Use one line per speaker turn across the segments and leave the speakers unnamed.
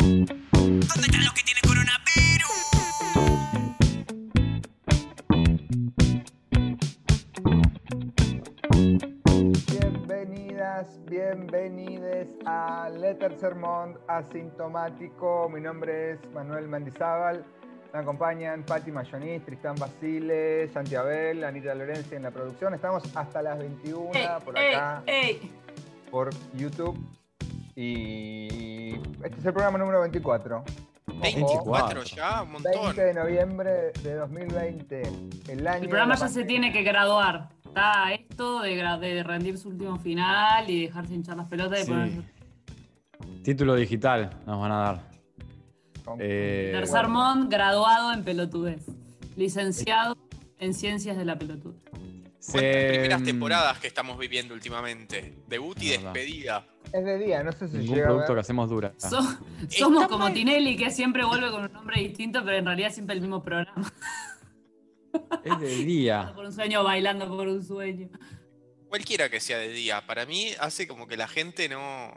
¿Dónde están los que tienen coronavirus?
Bienvenidas, bienvenides a Letter Sermón Asintomático. Mi nombre es Manuel Mendizábal. Me acompañan Patti Mayoniz, Tristán Basile, Santi Abel, Anita Lorenzi en la producción. Estamos hasta las 21 por acá, por YouTube. Y este es el programa número 24. Ojo,
24 ya, un montón.
20 de noviembre de 2020. El año.
El
de
programa
la
ya se
pandemia.
tiene que graduar. Está esto de, gra- de rendir su último final y dejarse hinchar las pelotas y
Sí.
ponerse-
Título digital nos van a dar.
Con-
Eh,
Tercer Mon, graduado en pelotudez. Licenciado en ciencias de la pelotudez.
se-
¿Cuántas primeras temporadas que estamos viviendo últimamente? Debut y
Es verdad.
despedida.
Es de día, no sé si
Ningún
llega. a ver.
producto que hacemos dura.
So- somos
Está
como
mal.
Tinelli, que siempre vuelve con un nombre distinto, pero en realidad siempre el mismo programa.
Es de día.
por un sueño, bailando por un sueño.
Cualquiera que sea de día. Para mí hace como que la gente no,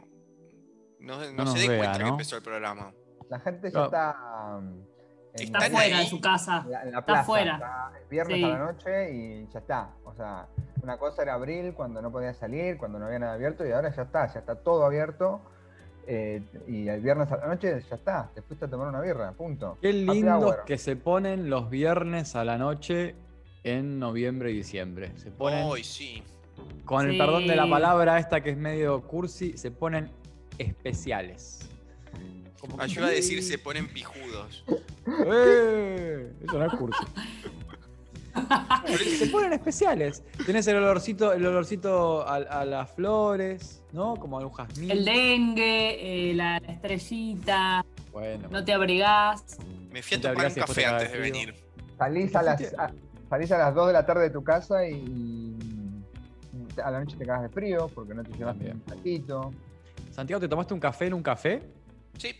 no, no
No nos
se dé
vea,
cuenta que
¿no?
empezó el programa.
La gente
Claro.
ya está. um, en-
Está
Está
Están
fuera
ahí.
de su casa.
en la- en la
Está
plaza,
afuera.
está viernes
Sí.
a la noche y ya está. O sea, una cosa era abril cuando no podía salir, cuando no había nada abierto y ahora ya está, ya está todo abierto. eh, y el viernes a la noche ya está, te fuiste a tomar una birra, punto.
Qué
Happy
lindos
hour.
que se ponen los viernes a la noche en noviembre y diciembre. Se ponen,
Hoy sí.
con el
Sí.
perdón de la palabra esta que es medio cursi, se ponen especiales. Como-
Ah, yo iba a decir se ponen pijudos.
¡Eh! Eso no es cursi. se ponen especiales. Tenés el olorcito, el olorcito a, a las flores, ¿no? Como a un jazmín.
El dengue, eh, la, la estrellita,
Bueno,
no te abrigás.
Me fui a
No te
tomar un
abrigás y después
café
te cagas
antes de
de frío.
venir.
Salís a las, a- salís a las 2 de la tarde de tu casa y, y a la noche te cagas de frío porque no te llevas
También.
un platito.
Santiago, ¿te tomaste un café en un café?
Sí.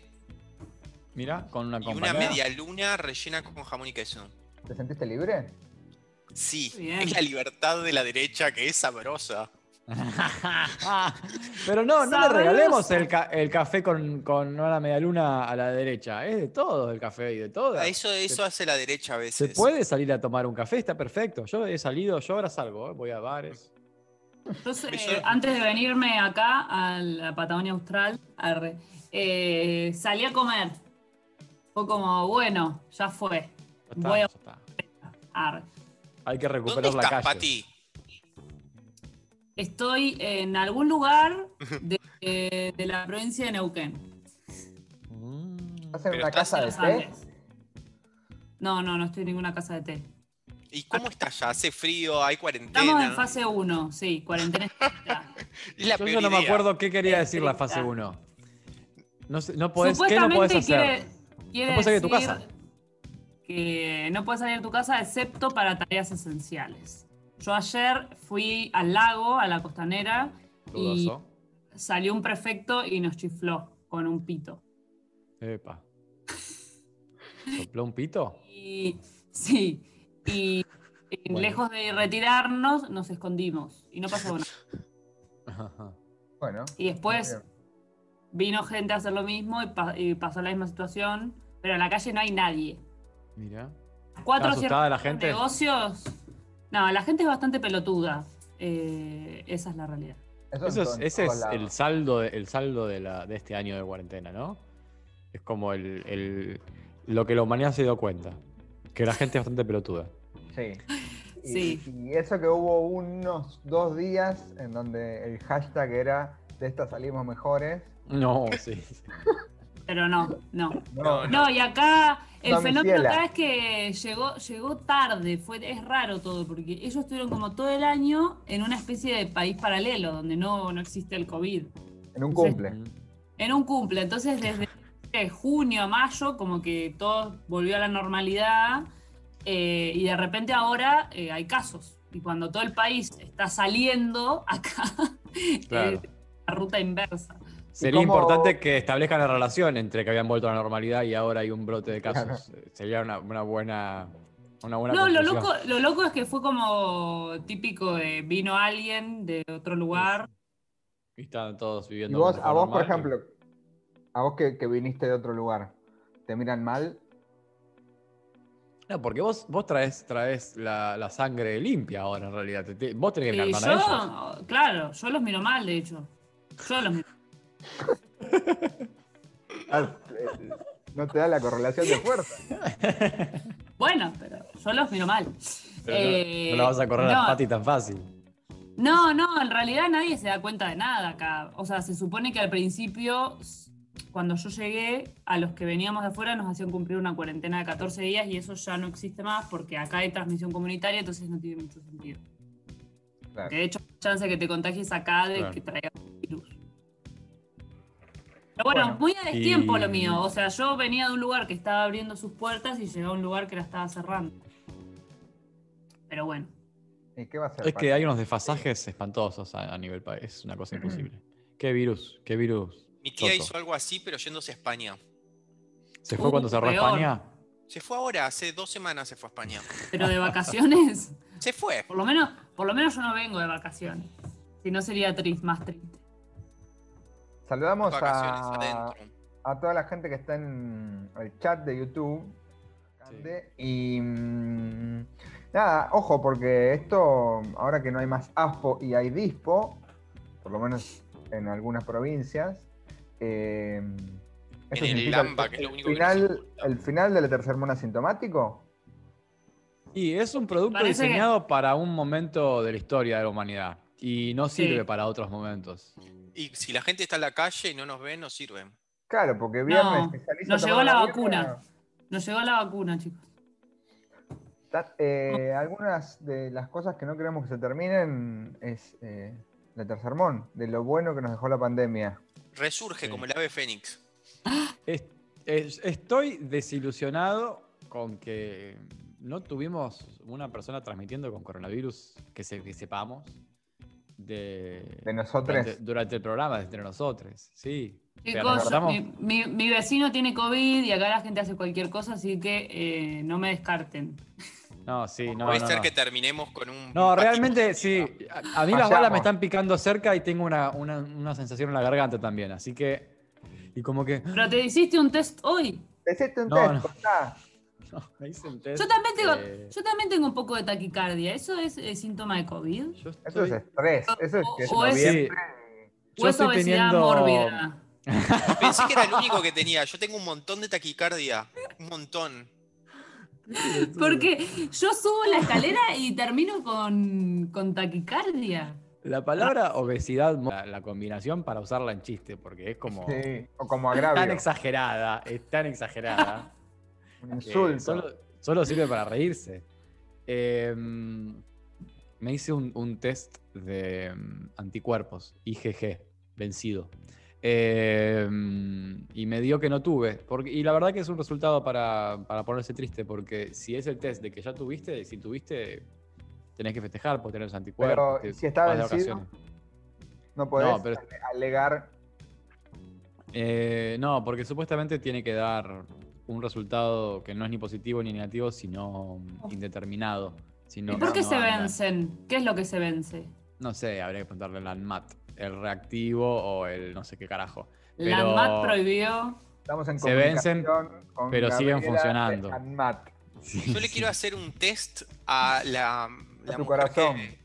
Mira, con una
Y una
compañera.
media luna rellena con jamón y queso.
¿Te sentiste libre?
Sí,
Bien.
es la libertad de la derecha que es sabrosa.
Ah, Pero no, no le
Sabroso.
regalemos el, ca- el café con, con una media luna a la derecha. Es de todo el café y de todo.
A Ah, Eso, eso hace la derecha a
Se
veces.
puede salir a tomar un café, está perfecto. Yo he salido, yo ahora salgo, ¿eh? voy a bares.
Entonces,
Eso-
eh, antes de venirme acá a la Patagonia Austral, arre, eh, salí a comer. Fue como, bueno, ya fue.
Ya está,
Voy a-
ya está.
arre.
Hay que recuperar
¿Dónde
la
estás,
calle.
Pati?
Estoy en algún lugar de, eh, de la provincia de Neuquén.
Mm.
¿Estás en
Pero
una
estás
casa
en
de
Los
té?
Andes. No, no, no estoy en ninguna casa de té.
¿Y cómo está ya? ¿Hace frío? ¿Hay cuarentena?
Estamos en fase 1, sí, cuarentena estricta.
Es la
Yo ya
peor
no me
idea.
acuerdo qué quería decir la
Estricta.
fase 1. No, sé- no podés, ¿Qué no podés hacer?
quiere, quiere
No podés salir de tu
decir
casa.
Que no puedes salir de tu casa excepto para tareas esenciales. Yo ayer fui al lago, a la costanera,
Dudoso.
y salió un prefecto y nos chifló con un pito.
Epa. ¿Sopló un pito?
Y sí, y eh,
Bueno.
lejos de retirarnos, nos escondimos y no pasó nada.
Ajá.
Bueno.
Y después
Bien.
vino gente a hacer lo mismo y, pa- y pasó la misma situación, pero en la calle no hay nadie.
Mira.
Cuatro
¿Está asustada la gente?
negocios. No, la gente es bastante pelotuda. Eh, esa es la realidad.
Eso
Eso
en
es-
todo- en
ese
todos
es
lados.
el saldo, de, el saldo de, la, de este año de cuarentena, ¿no? Es como el, el- lo que la humanidad se dio cuenta. Que la gente es bastante pelotuda.
Sí. Y,
Sí.
y eso que hubo unos dos días en donde el hashtag era de estas salimos mejores.
No, sí. sí.
Pero no, no.
No,
No, y acá el
Damisela.
fenómeno acá es que llegó, llegó tarde, fue, es raro todo, porque ellos estuvieron como todo el año en una especie de país paralelo, donde no, no existe el COVID.
en un cumple.
En un cumple, entonces desde eh, junio a mayo, como que todo volvió a la normalidad, eh, y de repente ahora eh, hay casos. Y cuando todo el país está saliendo, acá
Claro.
es la ruta inversa.
Sería
cómo-
importante que establezcan la relación entre que habían vuelto a la normalidad y ahora hay un brote de casos. Eh, Sería una, una buena. Una buena
No, lo
conclusión.
loco, lo loco es que fue como típico de vino alguien de otro lugar.
Y están todos
Y
viviendo.
vos,
de
a vos, por
normal.
ejemplo, a vos que, que viniste de otro lugar, ¿te miran mal?
No, porque vos, vos traes, traes la, la sangre limpia ahora, en realidad. Te- te- vos tenés que
Y
mirar mal a ellos.
yo, claro, yo los miro mal, de hecho. Yo los miro.
Ah, eh, No te da la correlación de fuerza.
Bueno, pero yo los miro mal.
Pero no-
Eh,
no, la vas a correr a
no.
Pati tan fácil.
No, no, en realidad nadie se da cuenta de nada acá. O sea, se supone que al principio, s- cuando yo llegué, a los que veníamos de afuera nos hacían cumplir una cuarentena de 14 días y eso ya no existe más porque acá hay transmisión comunitaria, entonces no tiene mucho sentido.
Claro.
Que de hecho, hay chance que te contagies acá de
Claro.
que traigas el virus. Pero bueno,
Bueno,
muy a destiempo lo mío.
y-
O sea, yo venía de un lugar que estaba abriendo sus puertas y llegué a un lugar que la estaba cerrando. Pero bueno.
¿Y qué va a hacer?
Es que
Paco?
hay unos desfasajes espantosos a, a nivel país. Es una cosa imposible. ¿Qué virus? ¿Qué virus?
Mi tía
choto.
hizo algo así, pero yéndose a España.
¿Se fue
Uh,
cuando cerró
peor.
España?
Se fue ahora, hace dos semanas se fue a España.
Pero de vacaciones.
Se fue.
Por lo menos, por lo menos yo no vengo de vacaciones. Si no sería triste, más triste.
Saludamos
Vacaciones
a,
adentro.
a toda la gente que está en el chat de YouTube. Cande, Y mm, nada, ojo, porque esto, ahora que no hay más ASPO y hay DISPO, por lo menos en algunas provincias, eh, esto
En el
significa
Lamba, que es lo único que nos
final,
importa.
el final del tercer mono asintomático.
Y es un producto
Parece que-
diseñado para un momento de la historia de la humanidad. Y no
Sí.
sirve para otros momentos.
Y si la gente está en la calle y no nos ve, no sirve.
Claro, porque viernes
No,
si salís a tomar
nos llegó la
una
vacuna.
birra,
Nos llegó la vacuna, chicos.
Ta- eh, algunas de las cosas que no queremos que se terminen es eh, el tercermón, de lo bueno que nos dejó la pandemia.
Resurge
Sí.
como el ave fénix.
Es- es- estoy desilusionado con que no tuvimos una persona transmitiendo con coronavirus que, se, que sepamos de,
De nosotros.
durante, durante el programa, entre nosotros. Sí. Pero nos
Chicos, eh,
guardamos-
mi, mi- mi vecino tiene COVID y acá la gente hace cualquier cosa, así que eh, no me descarten.
No, sí, no.
Puede
no,
ser
no.
que terminemos con un.
No,
un patio
realmente
con
sí.
sida.
A, a mí las
Vayamos.
balas me están picando cerca y tengo una, una- una sensación en la garganta también. Así que. Y como que.
Pero te hiciste un test hoy.
Te hiciste un
No,
test,
no.
contá.
No, me hice un test,
Yo también tengo,
eh,
yo también tengo un poco de taquicardia. ¿Eso es eh, síntoma de COVID?
yo
Eso
estoy-
es estrés. Eso es que
O- o
es
es-
Sí.
noviembre.
Yo
¿O es
estoy
obesidad
teniendo-
mórbida?
Pensé que era el único que tenía. Yo tengo un montón de taquicardia. Un montón.
Porque yo subo la escalera y termino con, con taquicardia.
La palabra obesidad, mo- la, la combinación para usarla en chiste, porque es como
Sí, o como
tan
agravio.
exagerada, es tan exagerada.
Un
que
insulto.
Eh, Solo, solo sirve para reírse. Em, me hice un, un test de em, anticuerpos, IgG, vencido. Em, y me dio que no tuve. porque- y la verdad que es un resultado para, para ponerse triste, porque si es el test de que ya tuviste, si tuviste, tenés que festejar por tener los anticuerpos. te-
si está
vas de
vencido,
vacaciones.
No podés
No, pero-
ale- alegar.
Eh, no, porque supuestamente tiene que dar un resultado que no es ni positivo ni negativo, sino indeterminado. Sino,
Oh. ¿Y por qué
no
se
anda.
vencen? ¿Qué es lo que se vence?
No sé, habría que preguntarle al ANMAT, el reactivo o el no sé qué carajo.
La
Pero-
ANMAT prohibió.
Estamos en
Se vencen,
comunicación con
pero siguen
Gabriela de
funcionando.
ANMAT.
Yo le quiero hacer un test a la, la
tu
mujer
corazón.
Que,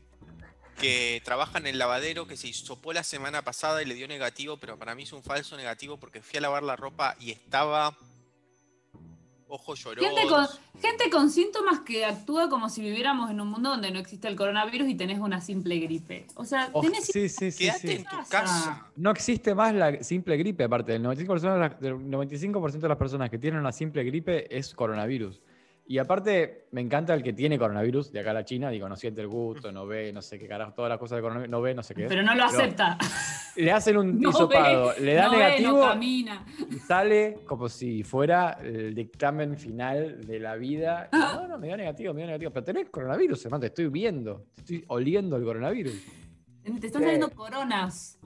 que trabaja en el lavadero que se hisopó la semana pasada y le dio negativo, pero para mí es un falso negativo porque fui a lavar la ropa y estaba. Ojo lloró.
Gente con, gente con síntomas que actúa como si viviéramos en un mundo donde no existe el coronavirus y tenés una simple gripe. O sea,
Oh,
tenés
sí, sí, sí,
Quédate
sí.
en tu
Pasa.
casa.
No existe más la simple gripe, aparte. El 95%, de las, del 95% de las personas que tienen una simple gripe es coronavirus. Y aparte, me encanta el que tiene coronavirus de acá a la China. Digo, no siente el gusto, no ve, no sé qué carajo, todas las cosas de coronavirus, no ve, no sé qué.
Pero no lo acepta.
Le hacen un
No
hisopado,
ve,
le da
no ve,
negativo
no camina.
y sale como si fuera el dictamen final de la vida. Y,
Ah.
no, no, me dio negativo, me dio negativo. Pero tenés coronavirus, hermano, te estoy viendo, te estoy oliendo el coronavirus.
Te están
Sí.
saliendo coronas.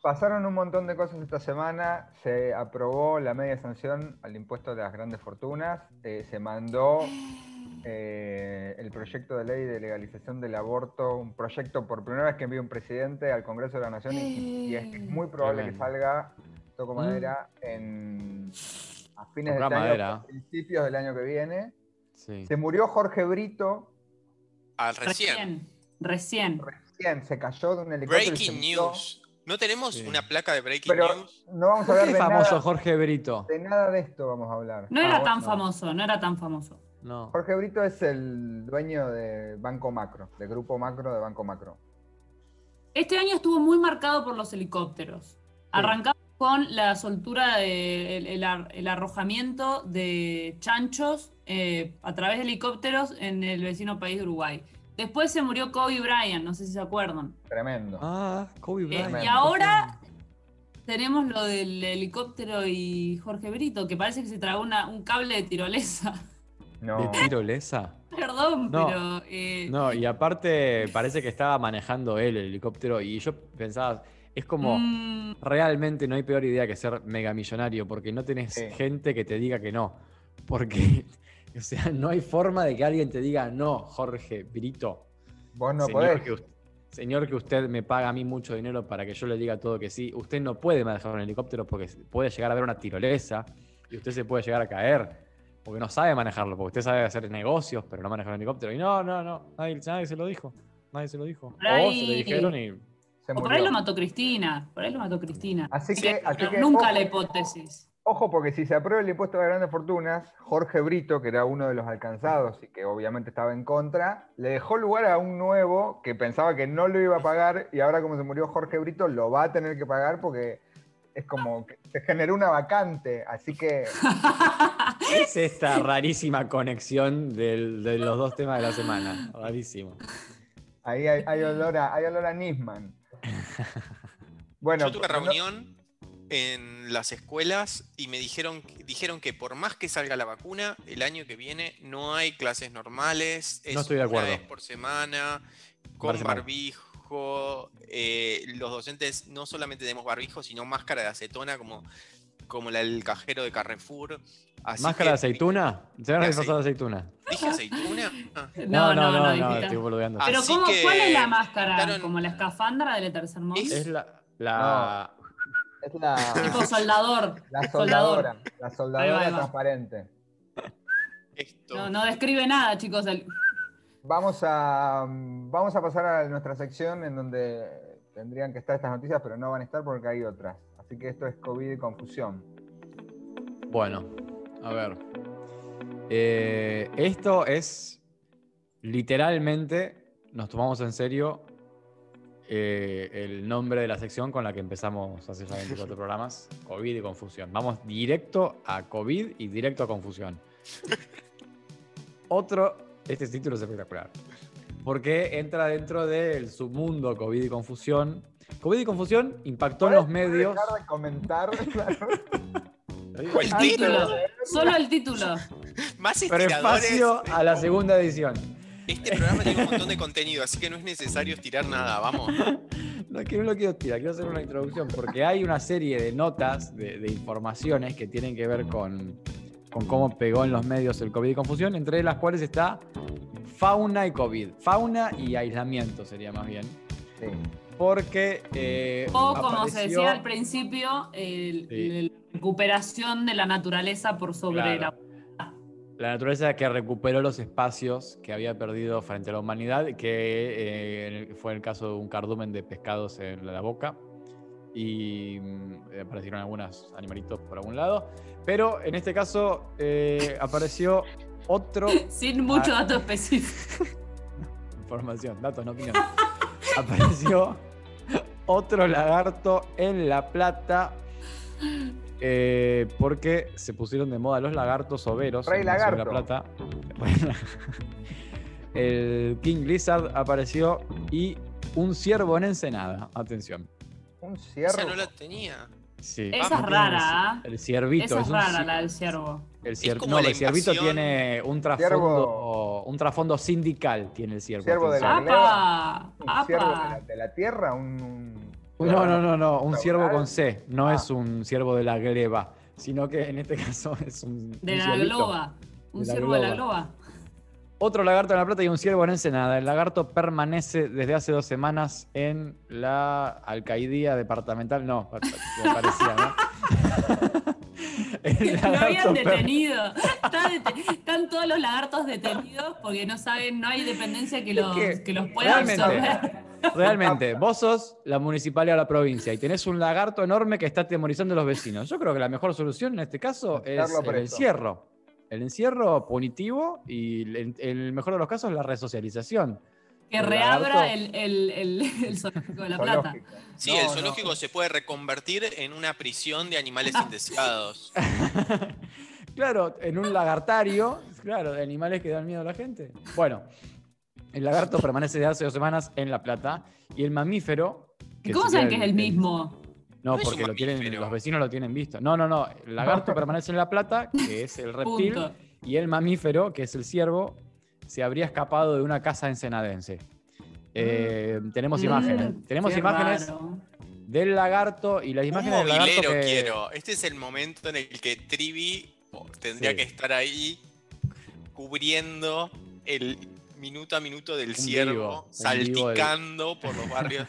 Pasaron un montón de cosas esta semana. Se aprobó la media sanción al impuesto de las grandes fortunas. Eh, se mandó eh, el proyecto de ley de legalización del aborto, un proyecto por primera vez que envía un presidente al Congreso de la Nación y, y es muy probable
Tremendo.
que salga, toco
Mm.
madera, en, a fines de
Tocá
este año,
madera.
a principios del año que viene.
Sí.
Se murió Jorge Brito,
Al recién.
Recién.
quien se cayó de un helicóptero. y
Breaking
se murió.
news. ¿No tenemos
Sí.
una placa de breaking
Pero
news?
no vamos a
¿Por
hablar
qué
de
famoso
nada,
Jorge Brito?
de nada de esto, vamos a hablar.
No era
Ah,
tan
bueno.
famoso, no era tan famoso.
No.
Jorge Brito es el dueño de Banco Macro, de Grupo Macro de Banco Macro.
Este año estuvo muy marcado por los helicópteros. Arrancamos con la soltura, de- el, el ar- el arrojamiento de chanchos eh, a través de helicópteros en el vecino país de Uruguay. Después se murió Kobe Bryant, no sé si se acuerdan.
Tremendo.
Ah, Kobe Bryant.
Eh, y ahora- Tenemos lo del helicóptero y Jorge Brito, que parece que se tragó una- un cable de tirolesa.
¿De
No.
tirolesa?
Perdón,
No,
pero... eh,
No, y aparte parece que estaba manejando él el helicóptero y yo pensaba, es como
mm,
realmente no hay peor idea que ser megamillonario porque no tenés
Sí.
gente que te diga que no. Porque, o sea, no hay forma de que alguien te diga no, Jorge Brito.
Vos no
señor,
podés.
que usted, señor que usted me paga a mí mucho dinero para que yo le diga todo que sí. Usted no puede manejar un helicóptero porque se- puede llegar a ver una tirolesa y usted se puede llegar a caer. Porque no sabe manejarlo, porque usted sabe hacer negocios, pero no maneja un helicóptero. Y no, no, no, nadie, nadie se lo dijo. Nadie se lo dijo.
Por
O vos se le
ahí-
dijeron y.
Se
o por ahí
murió.
lo mató Cristina, por ahí lo mató Cristina.
Así que, así que
Nunca
ojo,
la hipótesis.
ojo, porque si se aprueba el impuesto a las grandes fortunas, Jorge Brito, que era uno de los alcanzados y que obviamente estaba en contra, le dejó lugar a un nuevo que pensaba que no lo iba a pagar y ahora como se murió Jorge Brito, lo va a tener que pagar porque es como que se generó una vacante. Así que
¿Qué es esta rarísima conexión del- de los dos temas de la semana? Rarísimo.
Ahí hay,
Eh.
hay olor a, hay olor a Nisman. Bueno,
Yo tuve
no-
reunión en las escuelas y me dijeron, dijeron que por más que salga la vacuna, el año que viene no hay clases normales, es
estoy de acuerdo.
una vez por semana, con
Parece mal.
barbijo, eh, los docentes no solamente tenemos barbijo, sino máscara de acetona como, como la del cajero de Carrefour. Así
¿Máscara de
que-
aceituna? ¿Se van a
de
disfrazar de aceituna?
¿Dije aceituna? Ah.
No, no, no,
no,
dijiste.
estoy boludeando.
Ah,
Pero
Así
¿cómo,
que-
¿cuál es la máscara?
Claro,
¿Como la escafandra del tercer mundo?
Es-
Es la. la-
es la,
Tipo soldador.
la
soldador.
soldadora, la
Ahí va,
soldadora
ahí va.
transparente.
Esto.
No, no describe nada, chicos. El-
Vamos a, mm, vamos a pasar a nuestra sección en donde tendrían que estar estas noticias, pero no van a estar porque hay otras. Así que esto es COVID y confusión.
Bueno, a ver. Eh, esto es literalmente, nos tomamos en serio eh, el nombre de la sección con la que empezamos hace ya 24 programas, COVID y confusión. Vamos directo a COVID y directo a confusión. Otro, este título es espectacular, porque entra dentro del submundo COVID y confusión. COVID y confusión impactó en los medios.
Dejar de comentar. claro.
¿Cuál
Antes de
título?
leer,
Solo el título.
Más estiradores.
Prefacio a la segunda edición.
Este programa tiene un montón de contenido, así que no es necesario estirar nada, vamos.
No, es que no lo quiero tirar, quiero hacer una introducción, porque hay una serie de notas, de, de informaciones que tienen que ver con, con cómo pegó en los medios el COVID y confusión, entre las cuales está fauna y COVID. Fauna y aislamiento sería más bien.
sí.
Porque... eh,
O como se
apareció-
decía al principio, el-
Sí.
la recuperación de la naturaleza por sobre
Claro.
la...
La naturaleza que recuperó los espacios que había perdido frente a la humanidad, que eh, en el- fue el caso de un cardumen de pescados en la boca y mm, aparecieron algunos animalitos por algún lado. Pero en este caso eh, apareció otro
Sin mucho
Ah.
dato específico.
información, datos, no opinión. Apareció otro lagarto en La Plata. eh, porque se pusieron de moda los lagartos overos.
Rey
en la Ciudad de
lagarto.
La Plata. Bueno, el King Lizard apareció y un ciervo en Ensenada. Atención.
Un
Esa
ciervo.
no la tenía.
Sí. Ah,
Esa
no
es
tiene
rara, ¿ah?
El ciervito.
Esa es
un
rara
ci-
la del ciervo.
El, cier-
como
no,
la
el ciervito
invasión.
tiene un
Ciervo.
trasfondo, un trasfondo sindical, tiene el ciervo.
Ciervo de la
atención.
¡Apa!
un ciervo de la,
¡Apa!
de la tierra, un. un-
No, no, no, no, un
¿Laboral?
ciervo con C, no
Ah.
es un ciervo de la gleba, sino que en este caso es un...
De
un
la
ciervito.
globa. Un
De la
ciervo de la
globa.
globa.
Otro lagarto en La Plata y un ciervo en Ensenada. El lagarto permanece desde hace dos semanas en la alcaidía departamental, no, pa- pa- me parecía, ¿no? El
Lo
lagarto
habían
per-
detenido. Está dete- están todos los lagartos detenidos porque no saben, no hay dependencia que los,
que
que los pueda
realmente-
absorber.
Realmente, vos sos la municipalidad o la provincia y tenés un lagarto enorme que está atemorizando a los vecinos. Yo creo que la mejor solución en este caso es
Darlo
el
preso.
encierro. El encierro punitivo y en en el mejor de los casos la resocialización.
Que
El
reabra
lagarto.
el, el, el, el zoológico de La Plata.
zoológico.
Sí,
No,
el
no.
zoológico se puede reconvertir en una prisión de
Ah.
animales indeseados.
Claro, en un lagartario, claro, de animales que dan miedo a la gente. Bueno, el lagarto permanece desde hace dos semanas en La Plata y el mamífero...
¿Y ¿Cómo
sería
saben que es el mismo?
No,
No es un
porque lo tienen,
mamífero.
los vecinos lo tienen visto. No, no, no. El lagarto permanece en La Plata, que es el reptil,
Punto.
y el mamífero, que es el ciervo, se habría escapado de una casa ensenadense. Eh, tenemos
Mm,
imágenes. Tenemos
qué
imágenes
raro.
del lagarto y las
Un
imágenes del lagarto
movilero
que
quiero. Este es el momento en el que Trivi oh, tendría
Sí.
que estar ahí cubriendo el minuto a minuto del
Un vivo,
ciervo,
un vivo del-
salpicando por los barrios,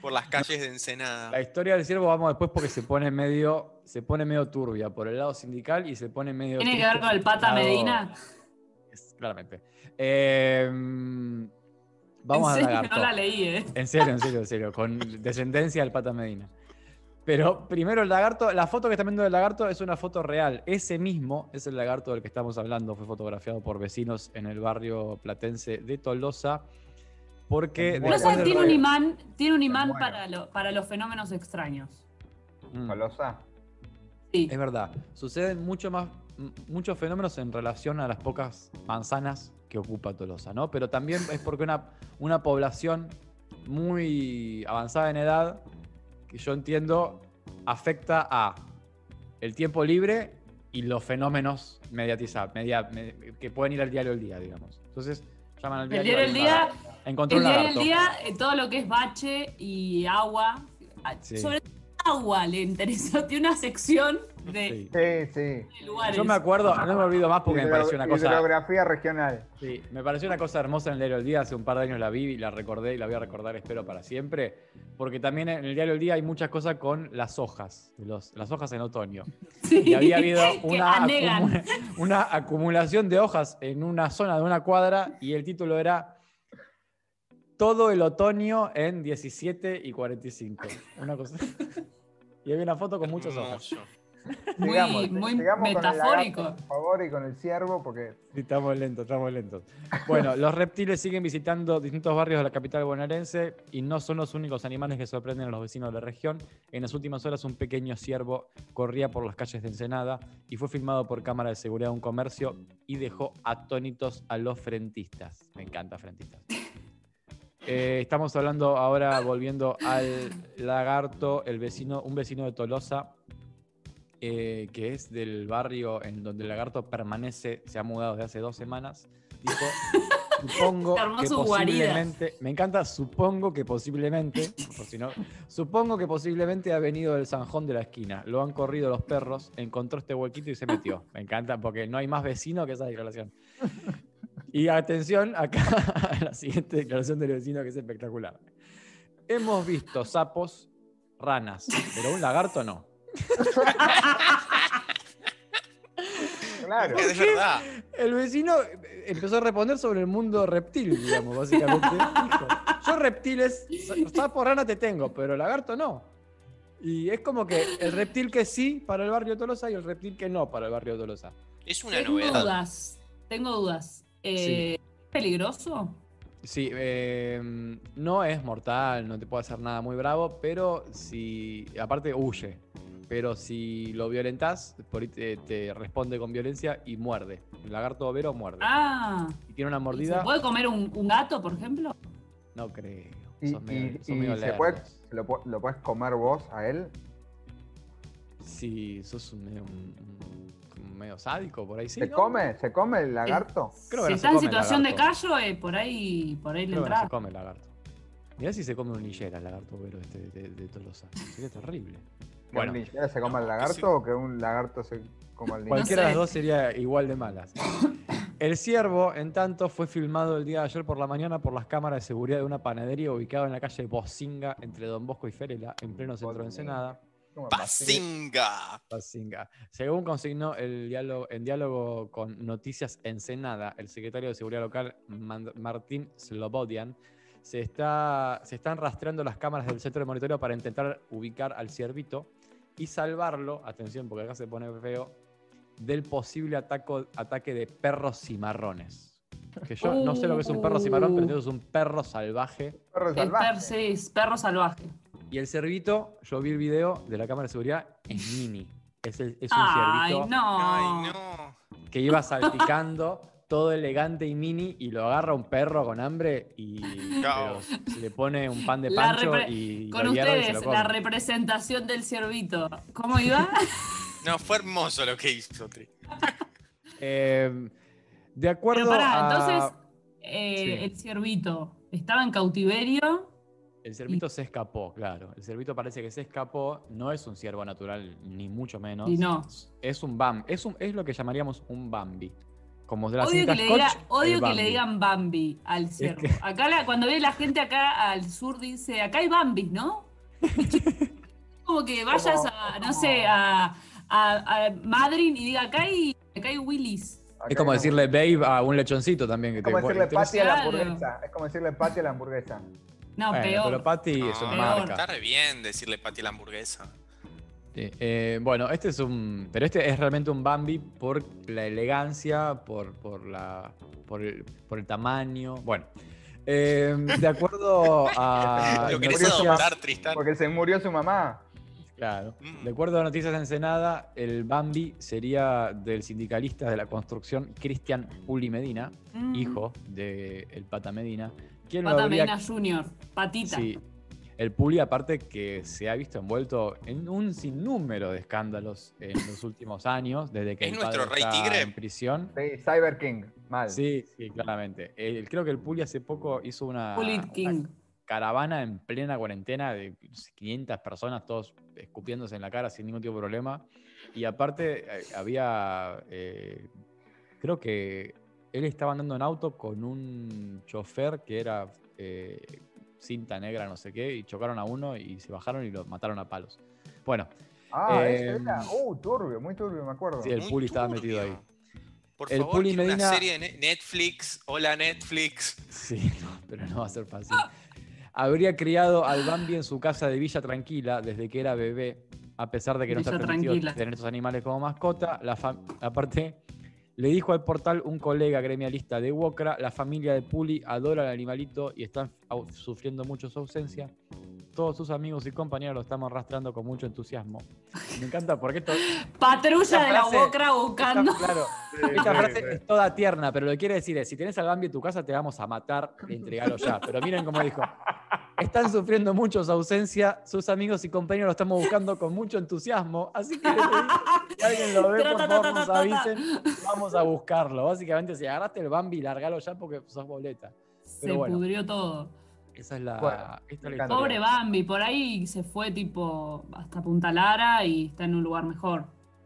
por las calles de Ensenada.
la historia del ciervo vamos después porque se pone medio se pone medio turbia por el lado sindical y se pone medio
¿Tiene que
triste
ver con el
por
pata
lado-
Medina?
es- claramente. Eh, vamos
En
al
serio,
lagarto.
No la leí, ¿eh?
En serio, en serio, en serio. Con descendencia del Pata Medina. Pero primero el lagarto, la foto que están viendo del lagarto es una foto real. Ese mismo es el lagarto del que estamos hablando. Fue fotografiado por vecinos en el barrio platense de Tolosa. Porque
Bueno,
No
después
saben,
del
tiene un
re-
imán, tiene un imán
muero.
para, lo- para los fenómenos extraños.
Mm.
Colosa.
Sí.
Es verdad. Suceden mucho más, m- muchos fenómenos en relación a las pocas manzanas que ocupa Tolosa, ¿no? Pero también es porque una, una población muy avanzada en edad, que yo entiendo, afecta a el tiempo libre y los fenómenos mediatizados, que pueden ir al diario del día, digamos. Entonces, llaman al
El
diario
día del
del
día,
Encontró
el
un
día del
lagarto.
día, eh, todo lo que es bache y agua. a-
Sí.
Sobre todo agua le interesó. Tiene una sección de
Sí.
Sí, sí.
lugares.
Yo me acuerdo, no me olvido más porque me
Hidro-
pareció una cosa
Hidrografía regional.
Sí, me pareció una cosa hermosa en el Diario del Día. Hace un par de años la vi y la recordé y la voy a recordar, espero, para siempre. Porque también en el Diario del Día hay muchas cosas con las hojas, de los, las hojas en otoño.
Sí,
Y había habido
que
una,
anegan.
acumula- una acumulación de hojas en una zona de una cuadra y el título era Todo el otoño en 17 y 45. Una cosa. Y había una foto con muchas hojas.
Hermoso.
Muy-
Sigamos,
muy
sigamos eh, con el
metafórico.
lagarto, por favor, y con el ciervo, porque
Sí, Estamos lentos, estamos lentos. Bueno, los reptiles siguen visitando distintos barrios de la capital bonaerense y no son los únicos animales que sorprenden a los vecinos de la región. En las últimas horas un pequeño ciervo corría por las calles de Ensenada y fue filmado por cámara de seguridad de un comercio y dejó atónitos a los frentistas. Me encanta frentistas. Eh, estamos hablando ahora, volviendo al lagarto, el vecino, un vecino de Tolosa, eh, que es del barrio en donde el lagarto permanece, se ha mudado desde hace dos semanas, dijo, supongo
Se armó
que
su guarida.
posiblemente, me encanta, supongo que posiblemente, por si no, supongo que posiblemente ha venido del zanjón de la esquina, lo han corrido los perros, encontró este huequito y se metió. Me encanta, porque no hay más vecino que esa declaración. Y atención, acá a la siguiente declaración del vecino que es espectacular. Hemos visto sapos, ranas, pero un lagarto no.
claro,
Es verdad.
El vecino eh, empezó a responder sobre el mundo reptil, digamos, básicamente. Dijo, Yo reptiles, sa- sapo, rana te tengo, pero lagarto no. Y es como que el reptil que sí para el barrio de Tolosa y el reptil que no para el barrio de Tolosa.
Es una
Tengo
novedad.
dudas. Tengo dudas. Eh, ¿Es peligroso?
Sí, eh, no es mortal, no te puede hacer nada muy bravo, pero si aparte huye. Pero si lo violentás, por ahí te, te responde con violencia y muerde. El lagarto overo muerde.
Ah.
Y tiene una
¿y
mordida.
¿Se puede comer un, un gato, por ejemplo?
No creo.
Y,
Sos medio-
y-
sos
y
medio
se
lerdo.
puede- lo, pu- lo puedes comer vos a él.
Sí, sos un medio, un- un medio sádico por ahí, sí.
¿Se
¿no?
come? ¿Se come el lagarto?
Creo que
si
no se
está en
come
situación de
lagarto.
callo, eh, por ahí, por ahí le
Creo que no se
entra.
come el lagarto. Mirá si se come un hillera el lagarto overo este de, de- de Tolosa. Sería terrible.
¿Que
Bueno,
un linchera se come
no,
el
que
lagarto
sí.
o que un lagarto se coma el linchera?
Cualquiera de las
sé.
dos sería igual de malas. El ciervo, en tanto, fue filmado el día de ayer por la mañana por las cámaras de seguridad de una panadería ubicada en la calle Bocinga, entre Don Bosco y Ferela, en pleno centro de Ensenada.
Como Basile.
¡Pasinga!
Bocinga. Según consignó el diálogo, en diálogo con Noticias Ensenada, el secretario de Seguridad Local, Man- Martín Slobodian, se, está, se están rastreando las cámaras del centro de monitoreo para intentar ubicar al ciervito y salvarlo, atención porque acá se pone feo, del posible ataco- ataque de perros cimarrones. Que yo no sé lo que es un perro cimarrón, pero entiendo que es un perro salvaje.
Perro
Es per-
salvaje.
sí, es perro salvaje.
Y el ciervito, yo vi el video de la cámara de seguridad, es mini. Es, el- es un
Ay,
ciervito
Ay,
Ah.
no.
no.
que iba salpicando, todo elegante y mini, y lo agarra un perro con hambre y
Chao.
pero le pone un pan de
La
pancho
repre-
y
Con
lo hierve y se
ustedes,
lo
la
come.
representación del ciervito. ¿Cómo iba?
No, fue hermoso lo que hizo. Tri.
Eh, de acuerdo
Pero pará,
a-
entonces eh,
sí.
el ciervito estaba en cautiverio.
El ciervito se escapó, claro. El ciervito parece que se escapó. No es un ciervo natural, ni mucho menos.
Y no.
Es un bam. Es, un- es lo que llamaríamos un bambi. Como de la
Odio,
cinta
que le,
Scotch,
diga-
el
odio que
Bambi.
le digan Bambi al ciervo.
que-
Acá la- cuando ve la gente acá al sur dice, acá hay Bambis, ¿no? Como que vayas a, no sé, a, a- a Madrid y diga, acá hay, acá hay Willis.
Acá
Es como
hay
decirle babe a un lechoncito también. Que
Es como
te-
decirle
te lo-
patty a la
Claro.
hamburguesa. Es como decirle patty a la hamburguesa.
No,
Bueno,
peor.
pero Patty es
No,
Ah.
una
peor.
marca.
Está re bien decirle Pati la hamburguesa.
Sí, eh, bueno, este es un. Pero este es realmente un Bambi por la elegancia, por, por, la, por, el, por el tamaño. Bueno, eh, de acuerdo a.
lo querés
Noticias-
adoptar, Tristán.
Porque se murió su mamá.
Claro.
Mm.
De acuerdo a Noticias de Ensenada, el Bambi sería del sindicalista de la construcción Cristian Puli Medina,
Mm.
hijo del el Pata Medina. quien lo
Pata
habría-
Medina Junior, patita.
Sí. El Puli, aparte que se ha visto envuelto en un sinnúmero de escándalos en los últimos años, desde que
¿Es
el
nuestro
padre
rey
está
tigre?
en prisión.
Sí, Cyber King. Mal.
Sí, sí, claramente. El- creo que el Puli hace poco hizo una,
Pulit
una
King.
caravana en plena cuarentena de 500 personas, todos escupiéndose en la cara sin ningún tipo de problema. Y aparte eh, había, eh, creo que él estaba andando en auto con un chofer que era eh, cinta negra, no sé qué, y chocaron a uno y se bajaron y lo mataron a palos. Bueno,
Ah, ese
Eh,
era. Uh, turbio, muy turbio, me acuerdo.
sí, el
Muy
Puli estaba
turbio.
metido ahí.
Por
El
favor,
Puli
quiero
Medina-
una serie de Ne- Netflix. Hola, Netflix.
Sí, no, pero no va a ser fácil. Habría criado al Bambi en su casa de Villa Tranquila desde que era bebé, a pesar de que no
Villa
está permitido
Tranquila.
tener estos animales como mascota. La fam- aparte, le dijo al portal un colega gremialista de Wokra, la familia de Puli adora al animalito y están au- sufriendo mucho su ausencia. Todos sus amigos y compañeros lo estamos arrastrando con mucho entusiasmo. Me encanta porque esto,
Patrulla
Esa
de la
frase-
Bocra buscando.
Está claro. Esta frase es toda tierna, pero lo que quiere decir es, si tenés al Bambi en tu casa, te vamos a matar, entregalo ya. Pero miren cómo dijo. Están sufriendo mucho su ausencia, sus amigos y compañeros lo estamos buscando con mucho entusiasmo, así que les pedimos, si alguien lo ve, por favor, nos avisen, vamos a buscarlo. Básicamente, si agarraste el Bambi, largalo ya porque sos boleta.
Se
Pero bueno.
pudrió todo.
Esa es la...
Bueno,
esta es
me
la
encanta.
historia.
Pobre Bambi, por ahí se fue tipo hasta Punta Lara y está en un lugar mejor.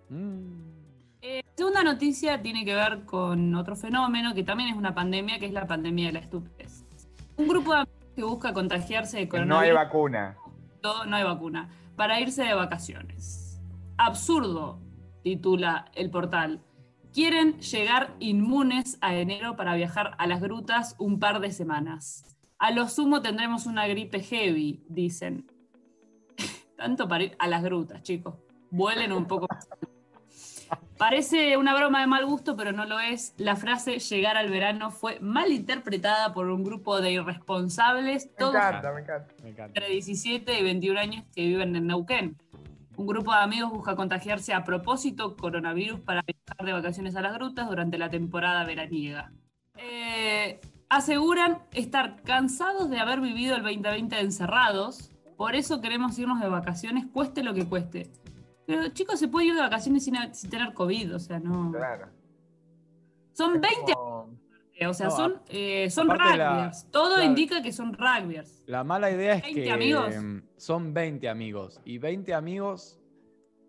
Mm.
Eh, segunda noticia tiene que ver con otro fenómeno que también es una pandemia, que es la pandemia de la estupidez. Un grupo de amigos que busca contagiarse de
No hay
coronavirus,
vacuna.
todo- no hay vacuna, para irse de vacaciones. Absurdo, titula el portal. Quieren llegar inmunes a enero para viajar a las grutas un par de semanas. A lo sumo tendremos una gripe heavy, dicen. Tanto para ir a las grutas, chicos. Vuelen un poco. más. Parece una broma de mal gusto, pero no lo es. La frase llegar al verano fue mal interpretada por un grupo de irresponsables,
Me
todos
encanta, me encanta.
Me encanta.
entre 17 y 21 años que viven en Neuquén. Un grupo de amigos busca contagiarse a propósito coronavirus para viajar de vacaciones a las grutas durante la temporada veraniega. Eh, aseguran estar cansados de haber vivido el 2020 encerrados, por eso queremos irnos de vacaciones, cueste lo que cueste. Pero chicos, se puede ir de vacaciones sin, sin tener COVID, o sea, no.
Claro.
Son 20,
Como-
o sea,
No,
son, eh, son
aparte la-
rugbyers. Todo
la-
indica que son rugbyers.
La mala idea es
20
que
amigos.
em, son 20 amigos. Y 20 amigos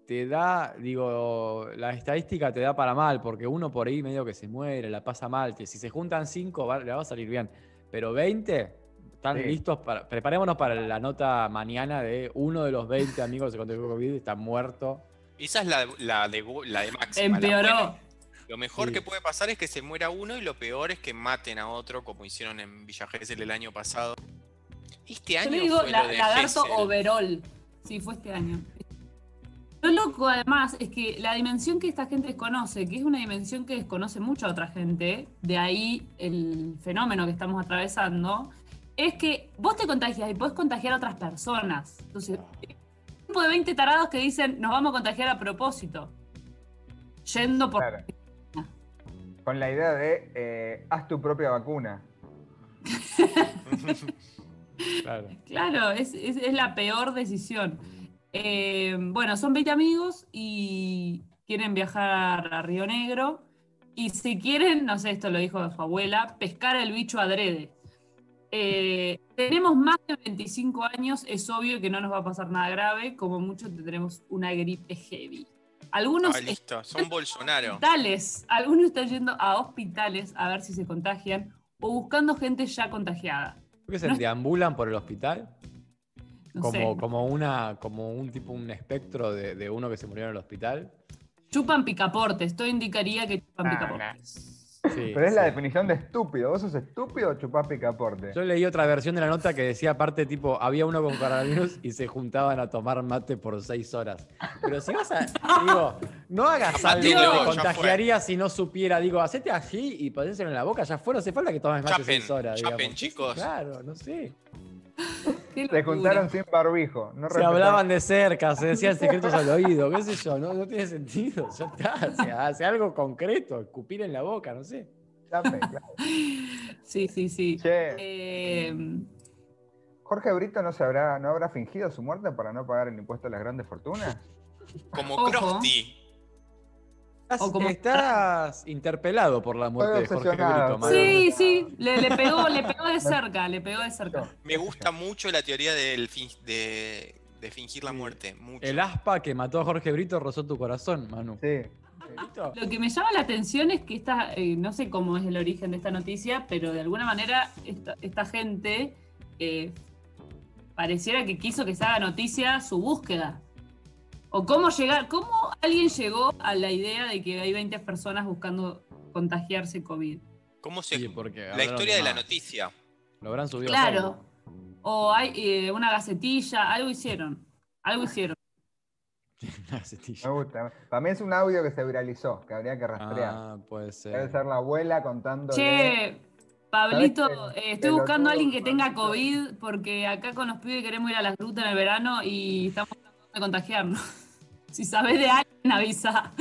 te da, digo, la estadística te da para mal, porque uno por ahí medio que se muere, la pasa mal. que Si se juntan 5, le va a salir bien. Pero 20, están
Sí.
listos para. Preparémonos para la nota mañana de uno de los 20 amigos que se contagió con COVID está muerto.
Esa es la, la de, bu- la de máxima. la buena.
Empeoró.
Lo mejor
Sí.
que puede pasar es que se muera uno y lo peor es que maten a otro, como hicieron en Villa Gesell el año pasado. Este
Yo
año
le digo
fue
la-
lo de
lagarto
Gesell.
overall. Sí, fue este año. Lo loco, además, es que la dimensión que esta gente desconoce, que es una dimensión que desconoce mucha otra gente, de ahí el fenómeno que estamos atravesando, es que vos te contagias y podés contagiar a otras personas. Entonces, hay un grupo de 20 tarados que dicen, nos vamos a contagiar a propósito. Yendo por...
Claro. Con la idea de eh, haz tu propia vacuna.
Claro.
Claro, es, es- es la peor decisión. Eh, bueno, son 20 amigos y quieren viajar a Río Negro. Y si quieren, no sé, esto lo dijo su abuela, pescar el bicho adrede. Eh, tenemos más de 25 años, es obvio que no nos va a pasar nada grave, como mucho tendremos una gripe heavy. Algunos
Ah, listo, son Bolsonaro.
hospitales, algunos están yendo a hospitales a ver si se contagian o buscando gente ya contagiada.
¿Qué se
No-
deambulan por el hospital?
No
como,
sé.
como una, como un tipo, un espectro de, de uno que se murió en el hospital.
Chupan picaportes, todo indicaría que chupan
Nah,
picaportes.
Sí,
Pero es la
sí.
definición de estúpido. ¿Vos sos estúpido o chupás picaporte?
Yo leí otra versión de la nota que decía, aparte, tipo, había uno con coronavirus y se juntaban a tomar mate por seis horas. Pero si vas a. Digo, no hagas algo que
Diego,
te
ya
contagiaría si no supiera. Digo, hacete así y ponéselo en la boca, ya fue, no hace falta que tomes mate
Chapen,
seis horas.
chapen,
digamos.
chicos.
Claro, no sé.
Qué
Se
locura.
juntaron sin barbijo. No
Se
respetaron-
hablaban de cerca, se decían secretos al oído, qué sé yo, no, no tiene sentido. Ya está, o sea, hace algo concreto, escupir en la boca, no sé.
Chape, claro.
Sí, sí, sí.
Che,
Eh,
Jorge Brito no se habrá, no habrá fingido su muerte para no pagar el impuesto a las grandes fortunas.
Como
Ojo.
Krusty.
Estás,
O como-
estás interpelado por la muerte de Jorge
obsesionado.
Brito, Maru.
sí, sí, le, le pegó, le pegó de cerca, le pegó de cerca.
Me gusta mucho la teoría del fin- de, de fingir la
Sí.
muerte. Mucho.
El aspa que mató a Jorge Brito rozó tu corazón, Manu.
Sí.
Brito.
Lo que me llama la atención es que esta, eh, no sé cómo es el origen de esta noticia, pero de alguna manera esta, esta gente eh, pareciera que quiso que se haga noticia su búsqueda. O cómo llegar, cómo alguien llegó a la idea de que hay 20 personas buscando contagiarse COVID.
¿Cómo se.?
Sí, porque
la
hablaron
historia de la
más.
noticia.
Lo habrán subido. a
Claro.
Facebook.
O hay eh, una gacetilla, algo hicieron. Algo hicieron.
Una cestilla.
Me gusta. Para mí es un audio que se viralizó, que habría que rastrear.
Ah, puede
Debe
ser.
ser la abuela contando.
Che, Pablito,
¿Sabés qué?
eh, estoy
Pelotudo,
buscando a alguien que tenga
Pablito.
COVID porque acá con los pibes queremos ir a las grutas en el verano y estamos tratando de contagiarnos. Si sabés de alguien, avisa.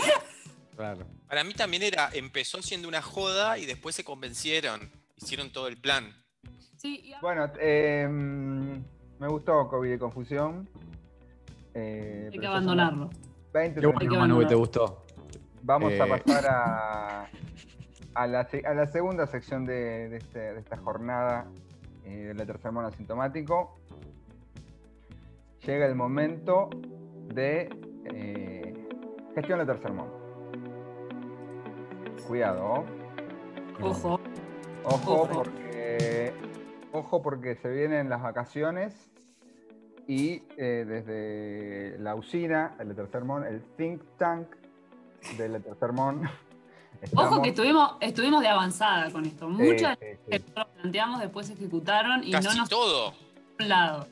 Claro.
Para mí también era. Empezó siendo una joda y después se convencieron. Hicieron todo el plan.
Sí, y ahora-
Bueno, eh, me gustó COVID y confusión. Eh, pero
hay que
ya son
abandonarlo.
las 20,
Qué bueno,
que
Manu, que
abandonar.
te gustó.
Vamos a
Eh.
pasar a, a, la, se- a la segunda sección de, de este- de esta jornada eh, de la tercera mano asintomático. Llega el momento de eh, gestión de tercer mono. Cuidado,
Ojo.
ojo
Ojo.
porque, ojo porque se vienen las vacaciones y eh, desde la usina, el tercer mon, el think tank del tercer mon.
Ojo
estamos- eh,
que estuvimos, estuvimos de avanzada con esto.
Sí,
Muchas
sí, sí.
veces lo planteamos, después se ejecutaron y
Casi
no nos
todo.
un lado.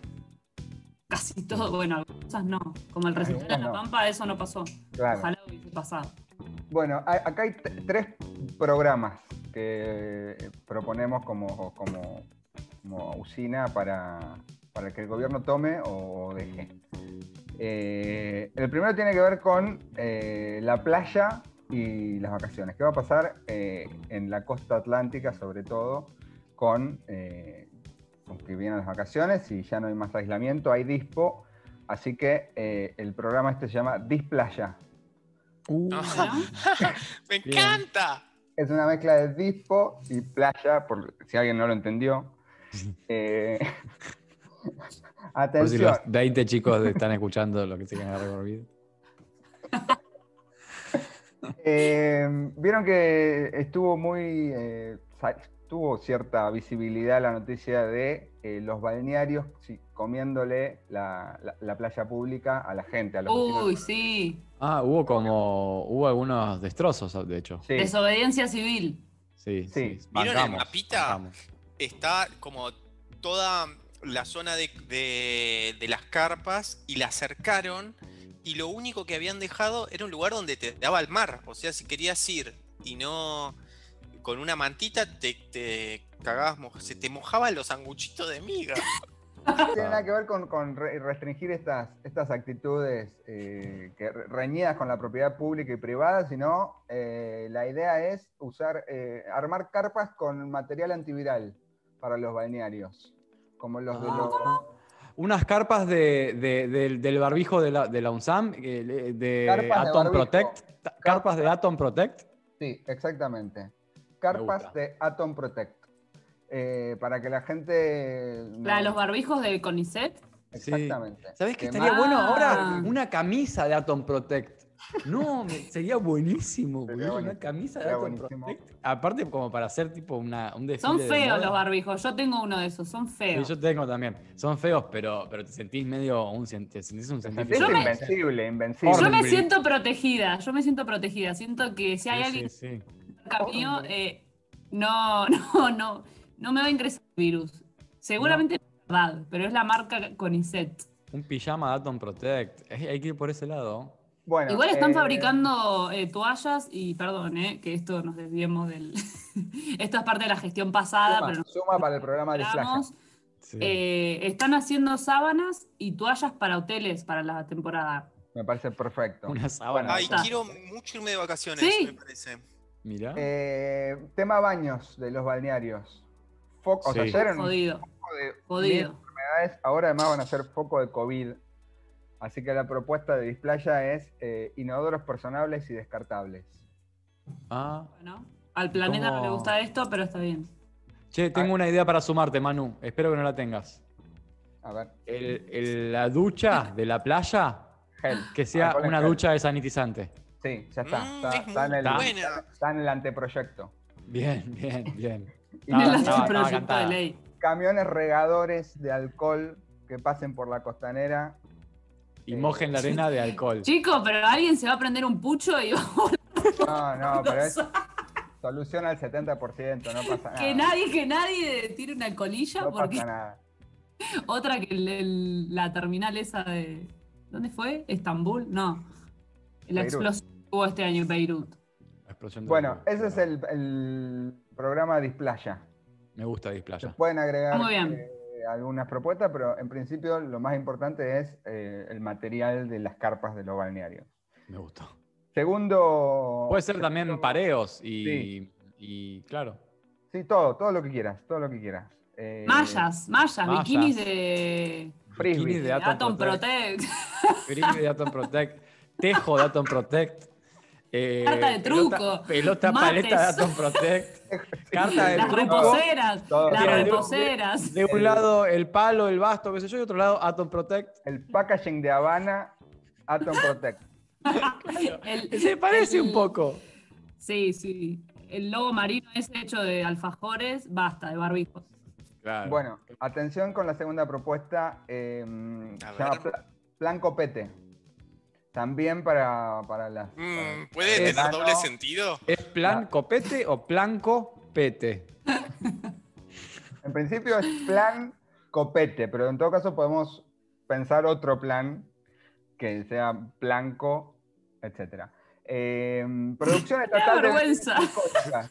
Casi todo, bueno, algunas cosas no. Como el resultado de
Algunas
la
no.
pampa, eso no pasó.
Claro.
Ojalá hubiese pasado.
Bueno, a- acá hay t- tres programas que eh, proponemos como, como, como usina para, para que el gobierno tome o deje. Eh, el primero tiene que ver con eh, la playa y las vacaciones. ¿Qué va a pasar eh, en la costa atlántica, sobre todo, con, eh, con que vienen las vacaciones y ya no hay más aislamiento, hay dispo. Así que eh, el programa este se llama Displaya.
Uh,
¡Me
Bien.
encanta!
Es una mezcla de dispo y playa, por si alguien no lo entendió. Eh,
por si
atención.
los 20 chicos están escuchando lo que se quedan agarrar por vida.
Eh, Vieron que estuvo muy. eh, sa- tuvo cierta visibilidad la noticia de eh, los balnearios sí, comiéndole la, la- la playa pública a la gente, a los
Uy,
vecinos.
sí.
Ah, hubo como. Hubo algunos destrozos, de hecho.
Sí,
Desobediencia civil.
Sí, sí.
Sí.
¿Vieron el
Bancamos,
mapita?
bancamos.
Está como toda la zona de, de- de las carpas y la acercaron y lo único que habían dejado era un lugar donde te daba al mar. O sea, si querías ir y no con una mantita te, te cagabas, mo- se te mojaban los sanguchitos de miga.
no
Ah.
tiene nada que ver con, con re- restringir estas, estas actitudes eh, que re- reñidas con la propiedad pública y privada, sino eh, la idea es usar, eh, armar carpas con material antiviral para los balnearios, como los de
Ah.
los.
Unas carpas de, de- del, del barbijo de la, de la UNSAM, eh, le- de
Carpas de
Atom
barbijo.
Protect. ta- Carpas de Atom Protect.
Sí, exactamente.
gusta.
Carpas de Atom Protect. Eh, para que la gente. no-
La de los barbijos del CONICET.
Sí.
Exactamente.
¿Sabes qué
Que
estaría
más-
más-
bueno
Ah.
ahora? Una camisa de Atom Protect. No, me- sería buenísimo,
Sería
boludo, Una
buenísimo,
camisa de
sería
Atom
buenísimo.
Protect. Aparte, como para hacer tipo una, un desfile.
Son
de
feos
moda.
los barbijos. Yo tengo uno de esos. Son
Sí,
feos.
yo tengo también. Son feos, pero, pero te sentís medio un, cien- te sentís un
Te
científico.
sentís
Yo me-
invencible, invencible.
Yo me
Horrible.
siento protegida. Yo me siento protegida. Siento que si hay
Sí,
alguien
sí, sí.
cerca mío, eh, no, no, no, no me va a ingresar el virus. Seguramente es verdad, pero es la marca CONICET.
Un pijama de Atom Protect. Eh, Hay que ir por ese lado.
Bueno,
Igual están
eh,
fabricando eh, toallas y perdón, eh, que esto nos desviemos del... esto es parte de la gestión pasada,
Suma,
pero nos
suma para el programa de Flash.
aclaramos.
Sí.
Eh, están haciendo sábanas y toallas para hoteles para la temporada.
Me parece perfecto.
Una sábana.
Ay,
está.
quiero mucho irme de vacaciones,
Sí.
me parece.
Mirá.
Eh, tema baños de los balnearios. Foco, o sea,
Sí.
ayer era un
Jodido,
foco de mil
jodido.
enfermedades, ahora además van a ser foco de COVID. Así que la propuesta de Displaya es eh, inodoros personables y descartables.
Ah.
Bueno, al planeta no le
¿Cómo?
gusta esto, pero está bien.
Che, tengo una idea para sumarte, Manu. Espero que no la tengas.
A ver,
El- el- la ducha de la playa,
gel.
que sea
Alcohol en
una
gel.
ducha de sanitizante.
Sí, ya está.
Mm,
está,
es
está en
muy
el,
buena.
está en el anteproyecto.
Bien, bien, bien.
Y
Estaba-
En el
estaba- estaba
anteproyecto de
cantada.
ley.
camiones regadores de alcohol que pasen por la costanera.
Y mojen la arena de alcohol.
Chico, pero alguien se va a prender un pucho y va a volver
No, no, pero es
a-
solución al 70%, no pasa nada.
que nadie, que nadie tire una colilla
no
porque
pasa nada.
otra que el- el- la terminal esa de ¿dónde fue? Estambul, no. La
Beirut.
explosión que hubo este año en Beirut.
La explosión de
Bueno,
alcohol.
ese es el, el programa Displaya.
Me gusta
Se
Displaya.
pueden agregar
Muy bien.
eh, algunas propuestas, pero en principio lo más importante es eh, el material de las carpas de los balnearios.
Me gustó.
Segundo.
Puede ser también
segundo-
pareos y,
Sí.
y claro.
Sí, todo, todo lo que quieras, todo lo que quieras. Eh,
mallas, mallas,
mallas.
bikinis de,
Frisbee.
Bikinis
de
de Atom, Protect.
Protect,
Frisbee de Atom Protect. Tejo de Atom Protect. eh,
Carta de
pelota-
truco,
Pelota,
mates.
paleta de Atom Protect. Carta de
las ¿eh?
truco.
reposeras,
Todo,
las
todo.
reposeras.
De un
El-
lado el palo, el basto, qué sé yo, y otro lado Atom Protect.
El packaging de Habana, Atom Protect.
El-
Se parece
el-
un poco.
Sí, sí. El logo marino es hecho de alfajores, basta, de barbijos.
Claro.
Bueno, atención con la segunda propuesta. eh, se
ver.
llama Pla- Plan Copete. También para, para las.
Mm,
para-
¿Puede
Eh,
tener
verano.
doble sentido?
¿Es plan copete o planco pete?
En principio es plan copete, pero en todo caso podemos pensar otro plan que sea blanco, etc. producción estatal de
vergüenza.
bebidas alcohólicas.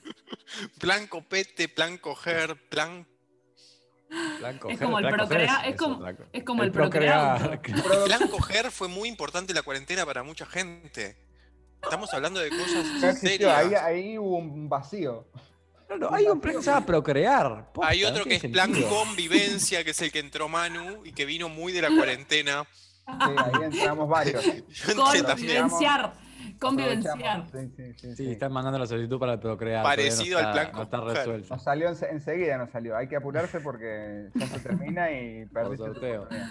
Plan copete, plan coger, plan
Blanco,
Es como el
blanco,
procrear-
es
es como-
blanco.
es como el
procrear.
Blanco Her fue muy importante la cuarentena para mucha gente. Estamos hablando de
No
cosas
existió, ahí,
serias.
ahí hubo un vacío.
No, no, hay un premio que se llama Procrear. posta,
Hay
no
otro que
tiene
es plan
sentido.
convivencia, que es el que entró Manu y que vino muy de la cuarentena.
Sí, ahí entramos varios.
Yo entré también.
Convivenciar. Convivenciar.
Aprovechamos. Sí, sí,
Sí,
sí, sí.
están mandando la solicitud para el Procrear. todavía
Parecido al
no está,
plan
No está
Conjugar.
resuelto.
Nos salió ense- enseguida, nos salió. Hay que apurarse porque ya se termina y perdiste tu
sorteo.
oportunidad.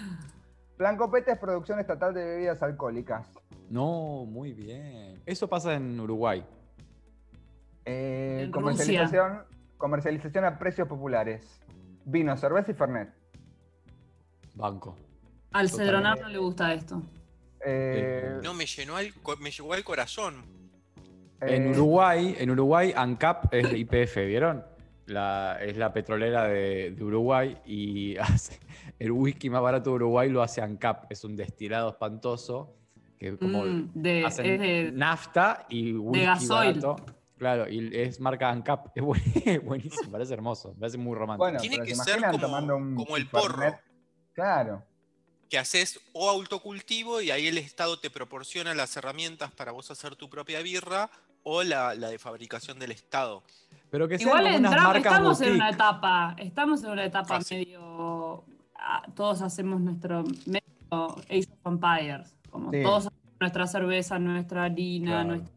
Plan Copete es producción estatal de bebidas alcohólicas.
No, muy bien. Eso pasa en Uruguay.
Eh,
En
comercialización, comercialización a precios populares. Vino, cerveza y fernet.
Banco.
Al Cedronar no le gusta esto.
Eh,
No, me llenó al, co- me llegó al corazón.
En
eh,
Uruguay, en Uruguay, ANCAP es de IPF, ¿vieron? La, es la petrolera de, de Uruguay y hace- el whisky más barato de Uruguay lo hace ANCAP. Es un destilado espantoso que como
Mm, de, es
hacen
de-
nafta y whisky
gasoil.
barato. Claro, y es marca ANCAP. Es buen- es buenísimo, parece hermoso, parece muy romántico.
bueno,
Tiene
pero
que
¿te
ser
imaginas
como-
tomando un-
como el
un Fernet?
porro.
Claro.
Que haces o autocultivo y ahí el Estado te proporciona las herramientas para vos hacer tu propia birra o la, la de fabricación del Estado.
Pero que sean
Igual
como unas
entramos-
marcas
estamos en una
boutique.
etapa, estamos en una etapa
Fácil.
medio. ah, Todos hacemos nuestro medio Age of Empires. Como
Sí.
todos hacemos nuestra cerveza, nuestra harina,
Claro.
nuestra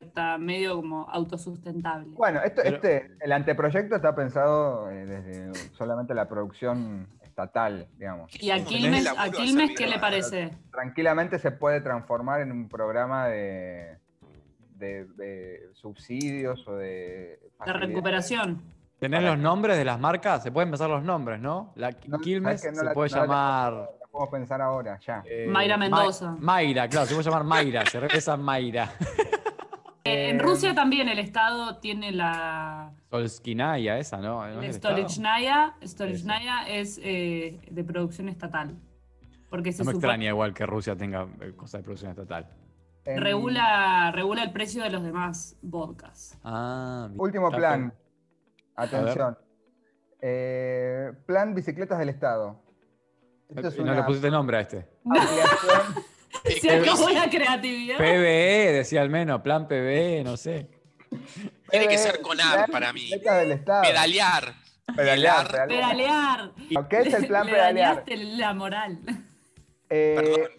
está medio como autosustentable.
Bueno, esto,
Pero-
este, el anteproyecto está pensado eh, desde solamente la producción estatal, digamos.
y a
Es un
Quilmes,
laburo
a
hacer
Quilmes ¿qué
birra.
le parece?
Tranquilamente se puede transformar en un programa de, de, de subsidios o de...
La
facilidades.
recuperación.
¿Tenés los nombres de las marcas? Se pueden pensar los nombres, ¿no? La
No,
Quilmes
sabes que no
se
la-
puede
no la tengo.
llamar.
Lo podemos pensar ahora, ya.
eh,
Mayra
Ma-
Mendoza.
Mayra, claro, se puede llamar Mayra, cerveza Mayra.
Eh, en
Eh,
Rusia también el Estado tiene la.
Solskinaya, esa, ¿no? ¿No
La
es del Estado?
Stolichnaya, Stolichnaya es eh, de producción estatal. Porque se
No me
supone-
extraña igual que Rusia tenga eh, cosas de producción estatal.
En-
regula, regula el precio de los demás vodkas.
Ah, bien.
Último
Está
plan.
bien.
Atención. Eh, plan bicicletas del Estado. Esto es
Y no
una
le pusiste nombre a este.
ampliación.
Se acabó la creatividad.
PBE, E, decía al menos, plan PBE, no sé.
Tiene que
PBE,
ser con AR
plan
para mí.
Bicicletas del Estado.
Pedalear.
Pedalear,
pedalear.
pedalear.
Pedalear.
¿Qué es el plan
Le
pedalear?
dañaste la moral.
Eh,
Perdón.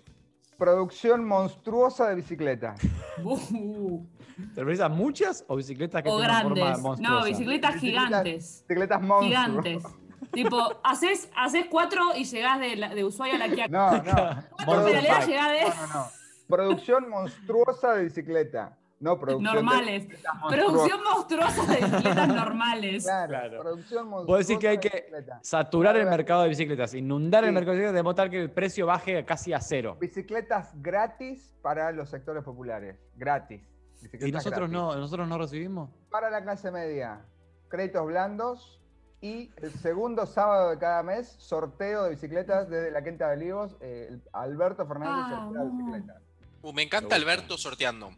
producción monstruosa de bicicletas.
Uh, Bu.
¿Te refieres a muchas o bicicletas que
o
tengan forma
grandes.
monstruosa?
No, bicicletas
Bicicletas-
gigantes.
Bicicletas monstruos.
Gigantes. tipo, haces, haces cuatro y llegás de, la- de Ushuaia a la Quiaca.
No, no.
Cuatro
Monster
pedaleas
Bike.
llegás de
No, no, no. Producción monstruosa de bicicleta. No, producción. de
normales.
bicicletas monstruosas.
Producción monstruosa de bicicletas normales.
Claro,
Claro.
producción monstruosa.
Vos decís que hay
de
que
bicicletas.
saturar el
Ahora-
mercado de bicicletas, inundar el
Sí.
mercado de bicicletas de modo tal que el precio baje casi a cero.
Bicicletas gratis para los sectores populares. Gratis.
Y
Bicicletas
nosotros
gratis.
no, nosotros no recibimos.
Para la clase media, créditos blandos. Y el segundo sábado de cada mes, sorteo de bicicletas desde la Quinta de Olivos. Eh, el- Alberto Fernández sortea
Vamos.
bicicletas.
Uh, me
Me gusta.
encanta Alberto sorteando.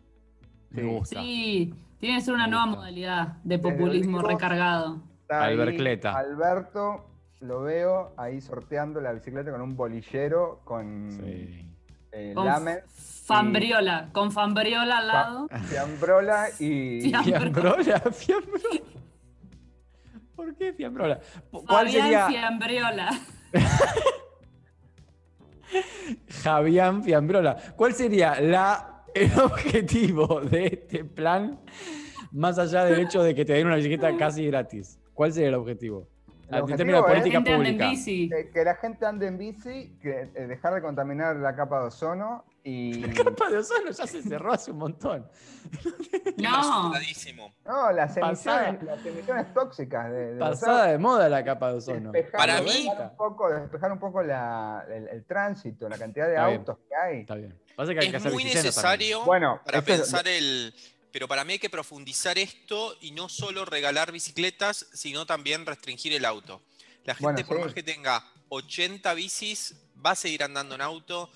Me
Sí.
gusta.
Sí, tiene que ser una
Me
nueva
gusta.
modalidad de
Desde
populismo
Olivos.
recargado.
Está ahí
Albercleta.
Alberto, lo veo ahí sorteando la bicicleta con un bolillero, con
Sí.
eh,
Con
lamen,
Fambriola, con Fambriola al lado.
fiambrola y
Fiam-
Fiambrola, fiambrola. ¿Por qué fiambrola? ¿Cu- ¿Cuál
Fabián
sería
Fiambriola.
Javián Fiambrola? ¿Cuál sería la, el objetivo de este plan más allá del hecho de que te den una bicicleta casi gratis? ¿Cuál sería el objetivo?
El
en
objetivo
términos de
es-
política
Gente anda en
pública.
bici.
eh, que la gente ande en bici, que, eh, dejar de contaminar la capa de ozono y...
Capa de ozono ya se cerró hace un montón.
Tema
No,
sopladísimo.
No, las
Pasada.
emisiones, las emisiones tóxicas de, de
Pasada de moda la capa de ozono.
ozono. Despejar,
Para mí-
despejar un poco, despejar un poco la- el, el tránsito, la cantidad de
Está bien.
autos que hay.
Está bien. Pasa que hay que
Es
hacer
muy
bicisendas también.
necesario
Bueno,
para
esto es-
pensar el. Pero para mí hay que profundizar esto y no solo regalar bicicletas, sino también restringir el auto. La gente,
Bueno,
por
sí.
más que tenga 80 bicis, va a seguir andando en auto,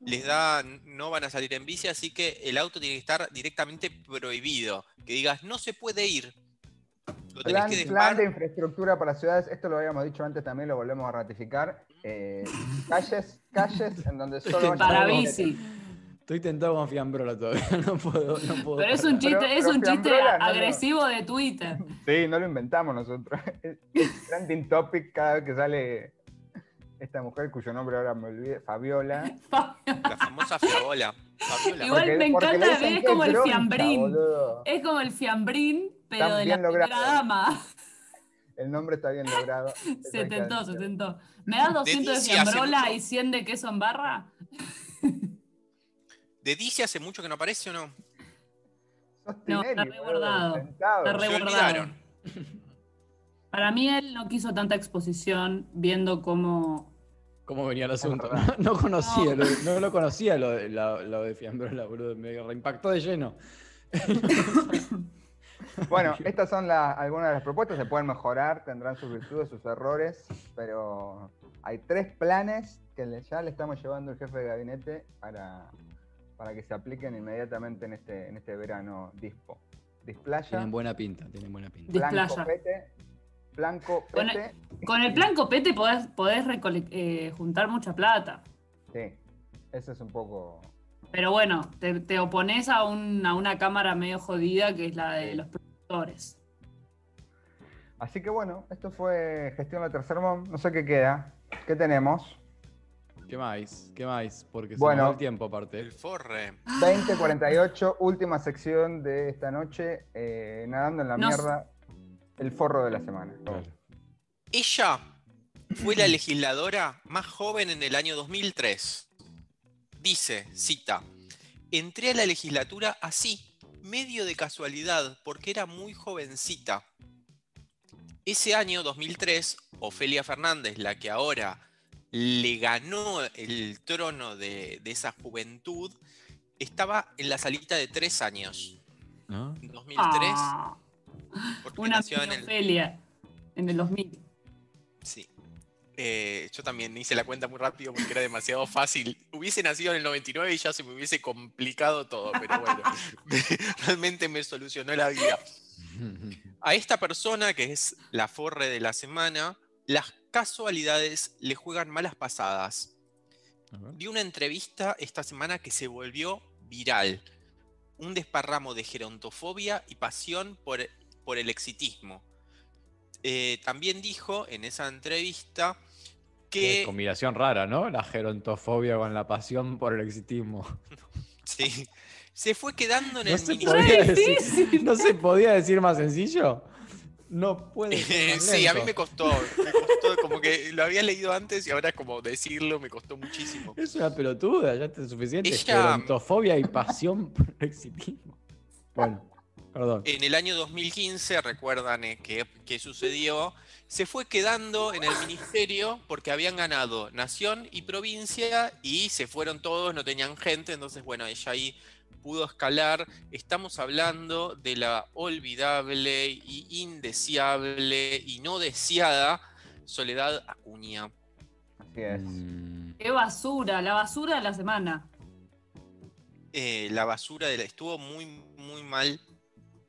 les da, no van a salir en bici, así que el auto tiene que estar directamente prohibido. Que digas, no se puede ir. Lo tenés
Plan,
que
plan de
dejar.
infraestructura para ciudades, esto lo habíamos dicho antes también, lo volvemos a ratificar. Eh, calles, calles en donde solo vaya
Para
gente.
bici.
Estoy tentado con Fiambrola todavía, no puedo, no puedo.
Pero es
parar.
un chiste,
Pero-
es
pero
un chiste
Fiambrola no lo-
agresivo de Twitter.
Sí, no lo inventamos nosotros. Es, es trending topic cada vez que sale esta mujer cuyo nombre ahora me olvidé, Fabiola.
La famosa Fabiola. Fabiola.
Igual- me
porque
encanta,
le dicen
es
que
como el
bronca,
fiambrín.
boludo.
Es como el fiambrín, pero
Están
de la
bien logrados.
primera dama.
El nombre está bien logrado.
Se tentó, se
Exactamente.
tentó. ¿Me das 200 de
Denise hace
fiambrola
mucho.
y 100 de queso en barra?
¿De Dizzy hace mucho que no aparece o no?
Sos
No,
Tinelli,
está re
boludo,
guardado.
sentado.
Está re
Se
guardado.
olvidaron.
Para mí él no quiso tanta exposición viendo cómo...
¿Cómo venía el asunto?
verdad.
No conocía, Lo,
No.
no lo conocía lo de, la- lo de Fiambrola, boludo. Me reimpactó de lleno.
Bueno, estas son la- algunas de las propuestas, se pueden mejorar, tendrán sus virtudes, sus errores, pero hay tres planes que le- ya le estamos llevando el jefe de gabinete para, para que se apliquen inmediatamente en este, en este verano dispo. Displaya,
Tienen buena pinta, tienen buena pinta.
De-
plan
Displaya.
copete, plan
Bueno,
copete,
Con el plan copete podés, podés recole- eh, juntar mucha plata.
sí, eso es un poco...
Pero bueno, te, te opones a, un- a una cámara medio jodida que es la de los productores.
Así que bueno, esto fue gestión de tercer mon, no sé qué queda, ¿qué tenemos?
¿Qué más? ¿Qué más? Porque se me
Bueno.
va el tiempo aparte.
El forre.
2048, última sección de esta noche, eh, nadando en la
Nos-
mierda, el forro de la semana.
Ella fue la legisladora más joven en el año 2003. Dice, cita, entré a la legislatura así, medio de casualidad, porque era muy jovencita. Ese año 2003, Ofelia Fernández, la que ahora le ganó el trono de, de esa juventud, estaba en la salita de tres años.
¿No?
En 2003,
Ah,
porque
una
nació en el
Ofelia en el 2000.
Sí. Eh, yo también hice la cuenta muy rápido porque era demasiado fácil. Hubiese nacido en el 99 y ya se me hubiese complicado todo, pero bueno, me- realmente me solucionó la vida. A esta persona, que es la forre de la semana, las casualidades le juegan malas pasadas.
A ver.
Dio una entrevista esta semana que se volvió viral. Un desparramo de gerontofobia y pasión por, por el exitismo. Eh, también dijo en esa entrevista
Qué
que...
combinación rara, ¿no? La gerontofobia con la pasión por el exitismo.
Sí. Se fue quedando en
No
el
se,
ministerio.
podía
¡Re
decir,
difícil!
¿No se podía decir más sencillo? No puede ser más
Eh, sí, a mí
lento.
me costó, me costó, como que lo había leído antes y ahora como decirlo me costó muchísimo.
Es una pelotuda, ya te es suficiente.
Ella-
Gerontofobia y pasión por el exitismo. Bueno, perdón.
En el año 2015, recuerdan eh, que, que sucedió, se fue quedando en el ministerio porque habían ganado nación y provincia y se fueron todos, no tenían gente, entonces bueno, ella ahí pudo escalar. Estamos hablando de la olvidable y indeseable y no deseada Soledad Acuña.
Así es.
Mm.
Qué basura, la basura de la semana.
eh, la basura de la estuvo muy muy mal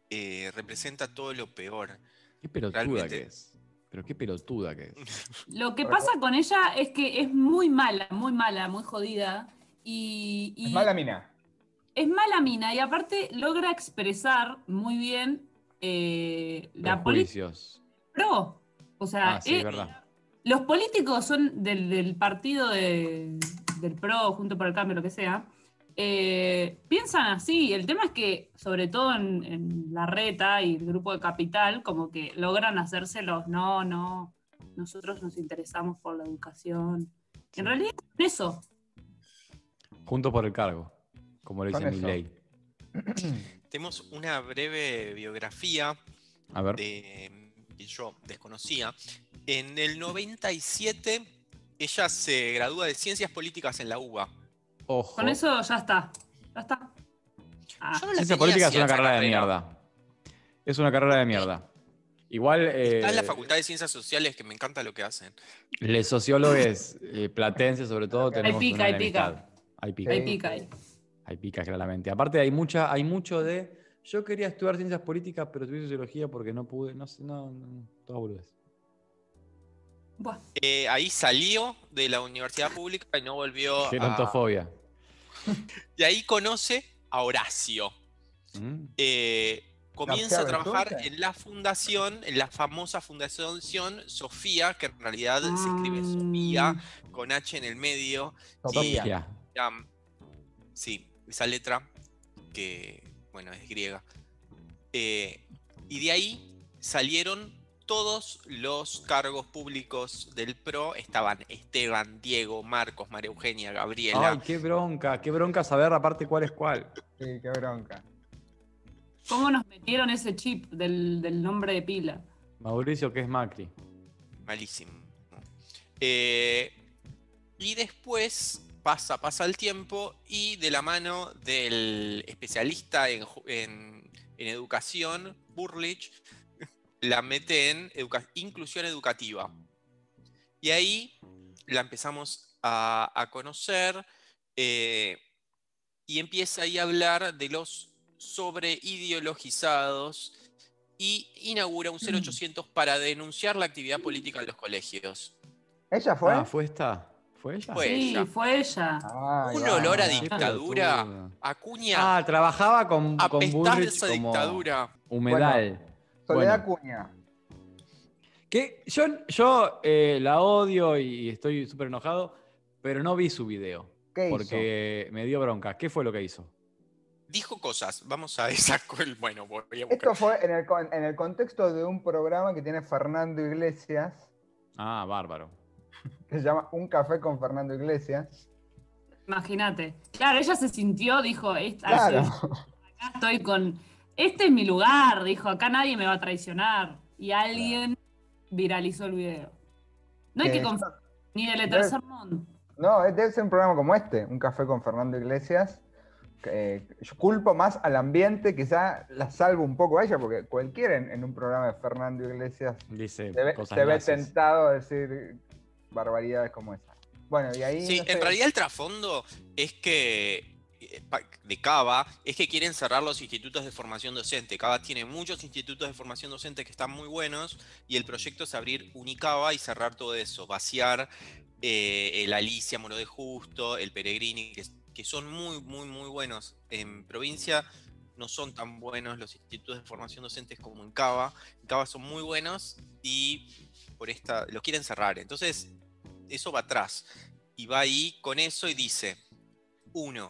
eh, representa todo lo peor
Qué pelotuda
Realmente.
que es. Pero qué pelotuda que es.
Lo que pasa con ella es que es muy mala, muy mala, muy jodida. Y, y
Es mala mina.
es mala mina y aparte logra expresar muy bien eh, la política
Prejuicios.
pro. O sea,
Ah, sí,
eh,
es verdad.
los políticos son del, del partido de- del PRO, junto por el cambio, lo que sea, eh, piensan así. El tema es que, sobre todo en, en la reta y el grupo de capital, como que logran hacerse los no, no, nosotros nos interesamos por la educación. En realidad, son eso.
Juntos por el cargo, como le
Son
dice mi
eso.
ley.
tenemos una breve biografía
A ver.
de, que yo desconocía en el 97 ella se gradúa de ciencias políticas en la UBA
Ojo.
Con eso ya está. Ya está. Ah,
Oh. Yo no
Ciencia
la tenía
política es
hacia
una
esa
carrera de
carrera.
mierda. Es una carrera de mierda. Igual eh,
Está en la Facultad de Ciencias Sociales que me encanta lo que hacen
los sociólogos eh, platenses, sobre todo, tenemos
pica,
una
ahí pica.
enemistad. Hay pica.
ahí pica ahí.
Hay pica, claramente. Aparte, hay, mucha, hay mucho de Yo quería estudiar ciencias políticas, pero estudié sociología porque no pude. No sé, no, no, todas boludeces.
Buah.
Eh, ahí salió de la universidad pública y no volvió a...
Gerontofobia.
Y ahí conoce a Horacio.
Mm.
Eh, comienza a
García
trabajar
Bertucci.
en la fundación, en la famosa fundación Sofía, que en realidad se escribe
Ah. Mm.
Sofía con H en el medio. Sí,
Utopía.
Ya.
Am, mm, sí, esa letra que, bueno, es griega. Eh, y de ahí salieron todos los cargos públicos del PRO. Estaban Esteban, Diego, Marcos, María Eugenia, Gabriela.
Ay, qué bronca, qué bronca saber aparte cuál es cuál.
Sí, qué bronca.
¿Cómo nos metieron ese chip del, del nombre de pila?
Mauricio, que es Macri.
Malísimo. Eh, y después pasa, pasa el tiempo y de la mano del especialista en, ju- en- en educación, Burlich, la mete en educa- inclusión educativa. Y ahí la empezamos a, a conocer eh, y empieza ahí a hablar de los sobreideologizados y inaugura
Mm.
un 0800 para denunciar la actividad política en los colegios.
¿Ella fue?
Ah, ¿fue esta? ¿Fue ella?
Fue.
sí,
ella.
fue ella.
Ah,
Ay,
Un
va.
olor a
Qué
dictadura.
pelotuda.
Acuña,
Ah, trabajaba con, con
apestar
Bullrich
esa
como
dictadura.
humedal.
Soledad
Bueno.
Cuña.
Que yo, yo eh, la odio y estoy súper enojado, pero no vi su video.
¿Qué hizo?
Porque me dio bronca. ¿Qué fue lo que hizo?
Dijo cosas. Vamos a esa. col- Bueno, voy a
Esto
buscar.
fue en el, con- en el contexto de un programa que tiene Fernando Iglesias,
Ah, bárbaro.
que se llama Un Café con Fernando Iglesias.
Imagínate. Claro, ella se sintió, dijo, "Esta-
Claro.
acá estoy con. Este es mi lugar, dijo, acá nadie me va a traicionar. Y alguien viralizó el video. No hay
Que
que confiar ni del
no-
tercer mundo.
No, es- debe ser un programa como este, Un Café con Fernando Iglesias. que, eh, yo culpo más al ambiente, quizá la salvo un poco a ella, porque cualquiera en, en un programa de Fernando Iglesias
Dice
se ve,
cosas
se ve
laces.
tentado a decir barbaridades como esa. Bueno, y ahí.
Sí,
no sé,
en realidad el trasfondo es que eh, pa- de Cava es que quieren cerrar los institutos de formación docente. Cava tiene muchos institutos de formación docente que están muy buenos y el proyecto es abrir Unicava y cerrar todo eso, vaciar eh, el Alicia Moro de Justo, el Peregrini, que, que son muy, muy, muy buenos. En provincia no son tan buenos los institutos de formación docentes como en Cava. En Cava son muy buenos y por esta los quieren cerrar. Entonces, eso va atrás y va ahí con eso y dice, uno,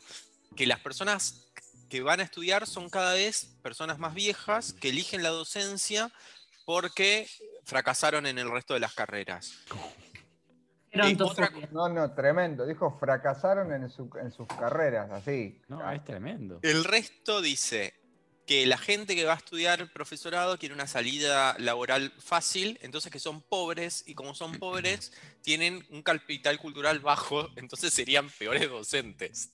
que las personas que van a estudiar son cada vez personas más viejas que eligen la docencia porque fracasaron en el resto de las carreras.
Gerontofobia.
otra
No, no, tremendo. Dijo, fracasaron en, su- en sus carreras, así. Ah,
No, es tremendo.
El resto dice que la gente que va a estudiar profesorado quiere una salida laboral fácil, entonces que son pobres y como son pobres tienen un capital cultural bajo, entonces serían peores docentes.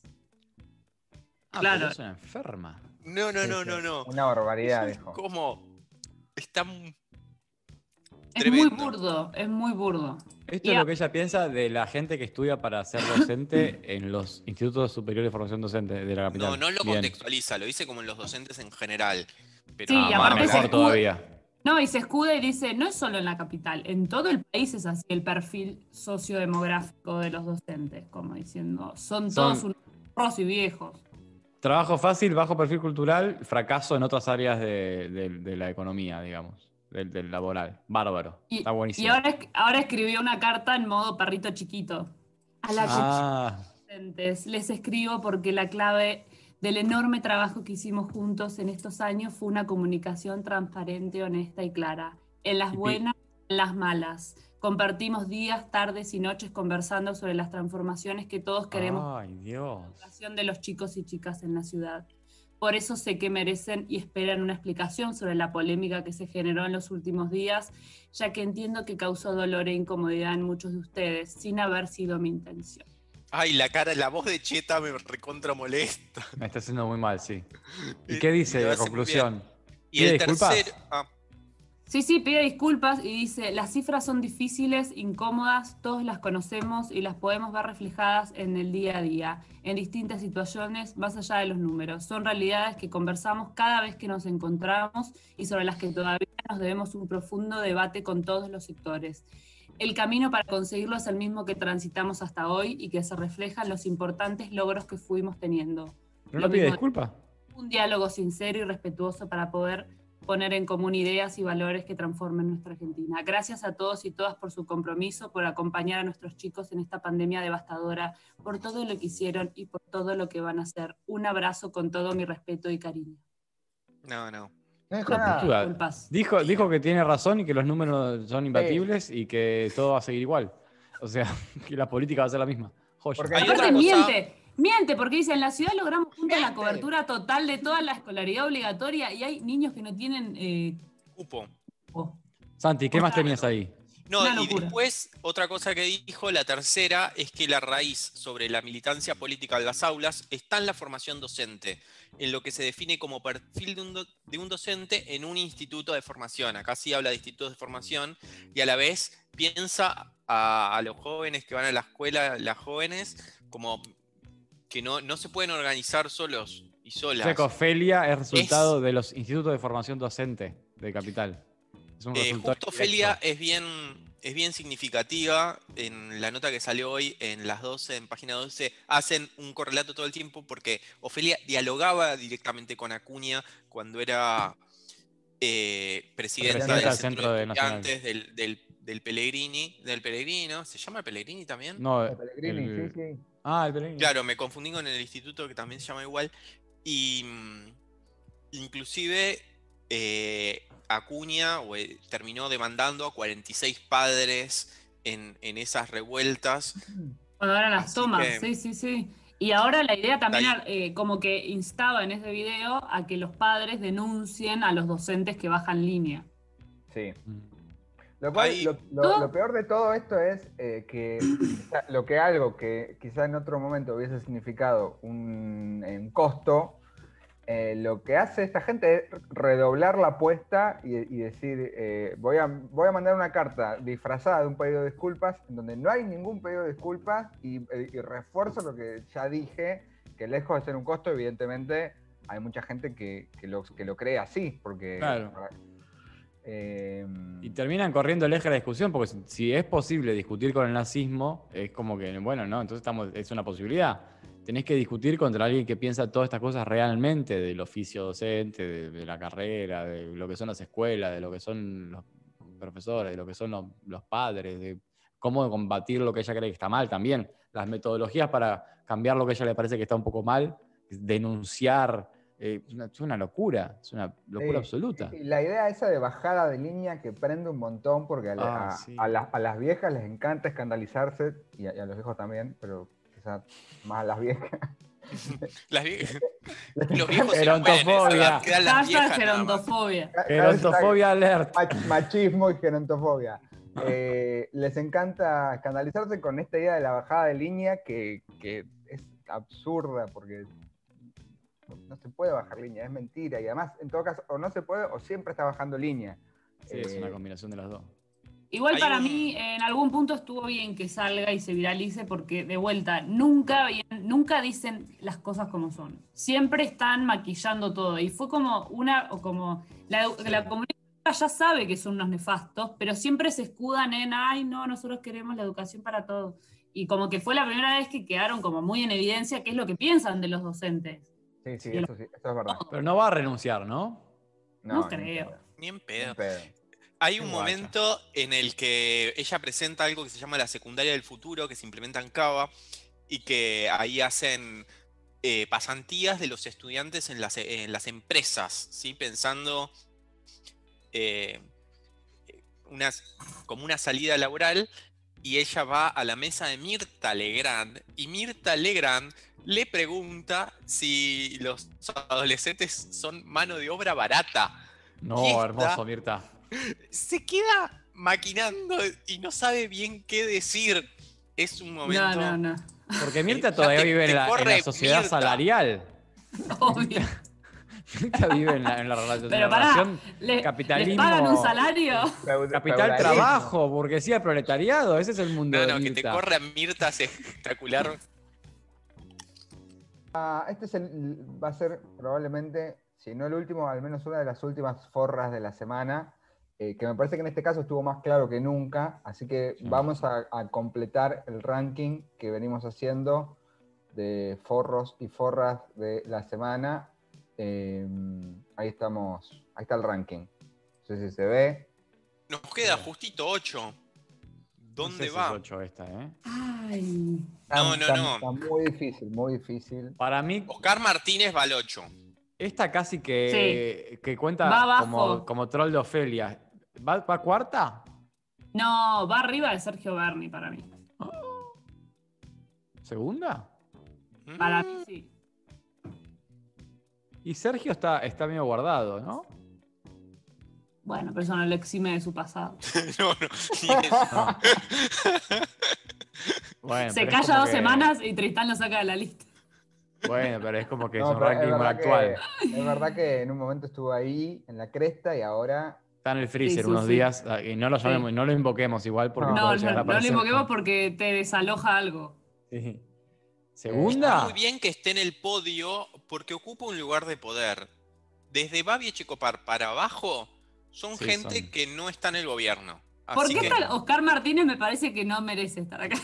Ah,
Claro.
pero es una enferma.
No, no,
Sí,
no,
sí,
no, no.
Una barbaridad, dijo.
Como está mu-
es muy
tremendo.
burdo, es muy burdo.
Esto
Y
es
a-
lo que ella piensa de la gente que estudia para ser docente en los institutos superiores de formación docente de la capital.
No, no lo
Bien.
contextualiza, lo dice como en los docentes en general. Pero
Sí,
Ah,
y
bueno,
aparte
mejor
se-
todavía.
No, y se escuda y dice, no es solo en la capital, en todo el país es así el perfil sociodemográfico de los docentes, como diciendo, son, todos
Son-
unos burros y viejos.
Trabajo fácil, bajo perfil cultural, fracaso en otras áreas de, de- de la economía, digamos, del, del laboral. Bárbaro.
Y,
Está buenísimo.
y ahora, es- ahora escribió una carta en modo perrito chiquito. A la
ah,
docentes. Les escribo porque la clave del enorme trabajo que hicimos juntos en estos años fue una comunicación transparente, honesta y clara. En las
Y pi-
buenas, en las malas. Compartimos días, tardes y noches conversando sobre las transformaciones que todos queremos
Ay, Dios.
educación de los chicos y chicas en la ciudad. Por eso sé que merecen y esperan una explicación sobre la polémica que se generó en los últimos días, ya que entiendo que causó dolor e incomodidad en muchos de ustedes, sin haber sido mi intención.
Ay, la cara, la voz de Cheta me recontra molesta.
Me está haciendo muy mal, sí. ¿Y
Eh,
qué dice
lo
la
hace muy
conclusión?
Y
Pide
el
disculpas.
tercero. ah,
Sí, sí, pide disculpas y dice, las cifras son difíciles, incómodas, todos las conocemos y las podemos ver reflejadas en el día a día, en distintas situaciones, más allá de los números. Son realidades que conversamos cada vez que nos encontramos y sobre las que todavía nos debemos un profundo debate con todos los sectores. El camino para conseguirlo es el mismo que transitamos hasta hoy y que se refleja en los importantes logros que fuimos teniendo.
¿No
Lo
le pide
mismo-
disculpa?
Un diálogo sincero y respetuoso para poder poner en común ideas y valores que transformen nuestra Argentina. Gracias a todos y todas por su compromiso, por acompañar a nuestros chicos en esta pandemia devastadora, por todo lo que hicieron y por todo lo que van a hacer. Un abrazo con todo mi respeto y cariño.
No, no.
No dijo
La
nada.
postura.
Disculpas.
Dijo, dijo que tiene razón y que los números son imbatibles y que todo va a seguir igual. O sea, que la política va a ser la misma. Joya.
Porque-
Hay otra
Aparte
cosa-
miente, miente, porque dice, en la ciudad logramos juntos la
Miente.
cobertura total de toda la escolaridad obligatoria y hay niños que no tienen... eh,
Cupo.
oh,
Santi, ¿qué más
Claro.
tenías ahí?
No,
Una
y
locura.
después, otra cosa que dijo, la tercera, es que la raíz sobre la militancia política en las aulas está en la formación docente, en lo que se define como perfil de un, do- de un docente en un instituto de formación. Acá sí habla de institutos de formación y a la vez piensa a, a los jóvenes que van a la escuela, las jóvenes, como que no, no se pueden organizar solos y
O
solas.
sea, que Ofelia es resultado de los institutos de formación docente de Capital. Es un
Eh,
resultado
justo
directo.
Ofelia es bien, es bien significativa en la nota que salió hoy en las 12, en página 12, hacen un correlato todo el tiempo porque Ofelia dialogaba directamente con Acuña cuando era eh, presidenta
Presidenta
del
del
Centro
Centro
de
de Nacional.
Estudiantes del, del- del Pellegrini, del Pellegrino, ¿se llama el Pellegrini también?
No,
De Pellegrini,
el-
sí, sí.
Ah, el Pellegrini.
Claro, me confundí con el instituto que también se llama igual. Y mm, inclusive eh, Acuña o, eh, terminó demandando a 46 padres en, en esas revueltas.
Cuando ahora las
Así
tomas,
que-
sí, sí, sí. Y ahora la idea también,
Ahí.
eh, como que instaba en ese video a que los padres denuncien a los docentes que bajan línea.
Sí.
Mm.
Lo, cual-
Ahí-
lo- lo- lo peor de todo esto es eh, que quizá- lo que algo que quizá en otro momento hubiese significado un, en costo, eh, lo que hace esta gente es redoblar la apuesta y, y decir, eh, voy, a, voy a mandar una carta disfrazada de un pedido de disculpas, en donde no hay ningún pedido de disculpas y, eh, y refuerzo lo que ya dije, que lejos de ser un costo, evidentemente hay mucha gente que, que lo, que lo cree así, porque...
Claro.
eh,
Y terminan corriendo el eje de la discusión, porque si- si es posible discutir con el nazismo, es como que, bueno, no, entonces estamos, es una posibilidad. Tenés que discutir contra alguien que piensa todas estas cosas realmente, del oficio docente, de, de la carrera, de lo que son las escuelas, de lo que son los profesores, de lo que son los, los padres, de cómo combatir lo que ella cree que está mal también, las metodologías para cambiar lo que a ella le parece que está un poco mal, denunciar, eh, es, una, es una locura, es una locura
Sí,
absoluta.
Y la idea esa de bajada de línea que prende un montón, porque a, la-
Ah,
a-
sí.
a las- a las viejas les encanta escandalizarse, y a, y a los viejos también, pero quizás más a las viejas.
Las vie- Los viejos se la
Gerontofobia.
juegan, esa edad, quedan las
Hashtag
viejas nada más.
gerontofobia.
Gerontofobia alert.
Mach- Machismo y gerontofobia. Eh, les encanta escandalizarse con esta idea de la bajada de línea que, que es absurda, porque no se puede bajar línea, es mentira. Y además, en todo caso, o no se puede o siempre está bajando línea.
Sí, es una
Eh,
combinación de las dos.
Igual
Hay
para
un-
mí, en algún punto estuvo bien que salga y se viralice, porque de vuelta, nunca, bien- nunca dicen las cosas como son. Siempre están maquillando todo. Y fue como una, o como la, la comunidad ya sabe que son unos nefastos, pero siempre se escudan en, ay, no, nosotros queremos la educación para todos. Y como que fue la primera vez que quedaron como muy en evidencia qué es lo que piensan de los docentes.
Sí, sí, eso sí, eso es verdad.
Pero no va a renunciar, ¿no?
No
ni
creo.
pedo,
Ni en
ni
pedo.
pedo.
Hay un
Qué guacha.
momento en el que ella presenta algo que se llama la secundaria del futuro, que se implementa en Cava, y que ahí hacen eh, pasantías de los estudiantes en las, en las empresas, ¿sí? pensando eh, unas- como una salida laboral, y ella va a la mesa de Mirta Legrand, y Mirta Legrand le pregunta si los adolescentes son mano de obra barata
No,
Aquí está.
hermoso, Mirta.
se queda maquinando y no sabe bien qué decir. Es un momento.
No, no, no.
Porque
Ya
Mirta
te-
todavía
te
vive en la, en la
corre
sociedad
Mirta.
salarial.
Obvio.
Nunca vive en la, en la relación.
Pero
la
pará,
relación
Le- ¿Les
Capitalismo.
pagan un salario?
Feuda-
Capital,
feudalismo.
trabajo, burguesía, proletariado. Ese es el mundo.
No,
de
no, que te
Mirta.
corra Mirta es espectacular.
Ah, este es el- va a ser probablemente, si no el último, al menos una de las últimas forras de la semana, eh, que me parece que en este caso estuvo más claro que nunca, así que
Sí.
vamos a, a completar el ranking que venimos haciendo de forros y forras de la semana. Eh, ahí estamos, ahí está el ranking. No sé si se ve.
Nos queda justito 8.
No sé
¿Dónde
si es
va?
ocho esta, ¿eh?
Ay.
Está-
No, no,
está-
no.
Está muy difícil, muy difícil.
Para mí,
Oscar Martínez va al 8.
esta casi que, que cuenta
Va abajo.
como, como troll de Ofelia. ¿Va, va cuarta?
No, va arriba de Sergio Berni para mí.
¿Segunda?
Mm. Para mí sí.
Y Sergio está, está medio guardado, ¿no?
Bueno, pero eso no lo exime de su pasado.
Eh,
No, no. ni eso.
No. Bueno,
Se
pero es
calla
como
dos
que-
semanas y Tristán lo saca de la lista.
Bueno, pero es como que
No,
es un
pero
ranking
verdad
actual.
que- es verdad que en un momento estuvo ahí, en la cresta, y ahora
Está en el freezer
sí,
unos
sí.
días ah, y no lo, llamemos- no lo invoquemos igual porque
No,
No,
puede
no,
llegar a
no le
aparecer.
invoquemos porque te desaloja algo.
Sí.
Está
¿Segunda?
muy bien que esté en el podio porque ocupa un lugar de poder. Desde Babi Checopar para abajo son
Sí,
gente
son.
que no está en el gobierno.
¿Por
Así
qué
que
tal Oscar Martínez me parece que no merece estar acá?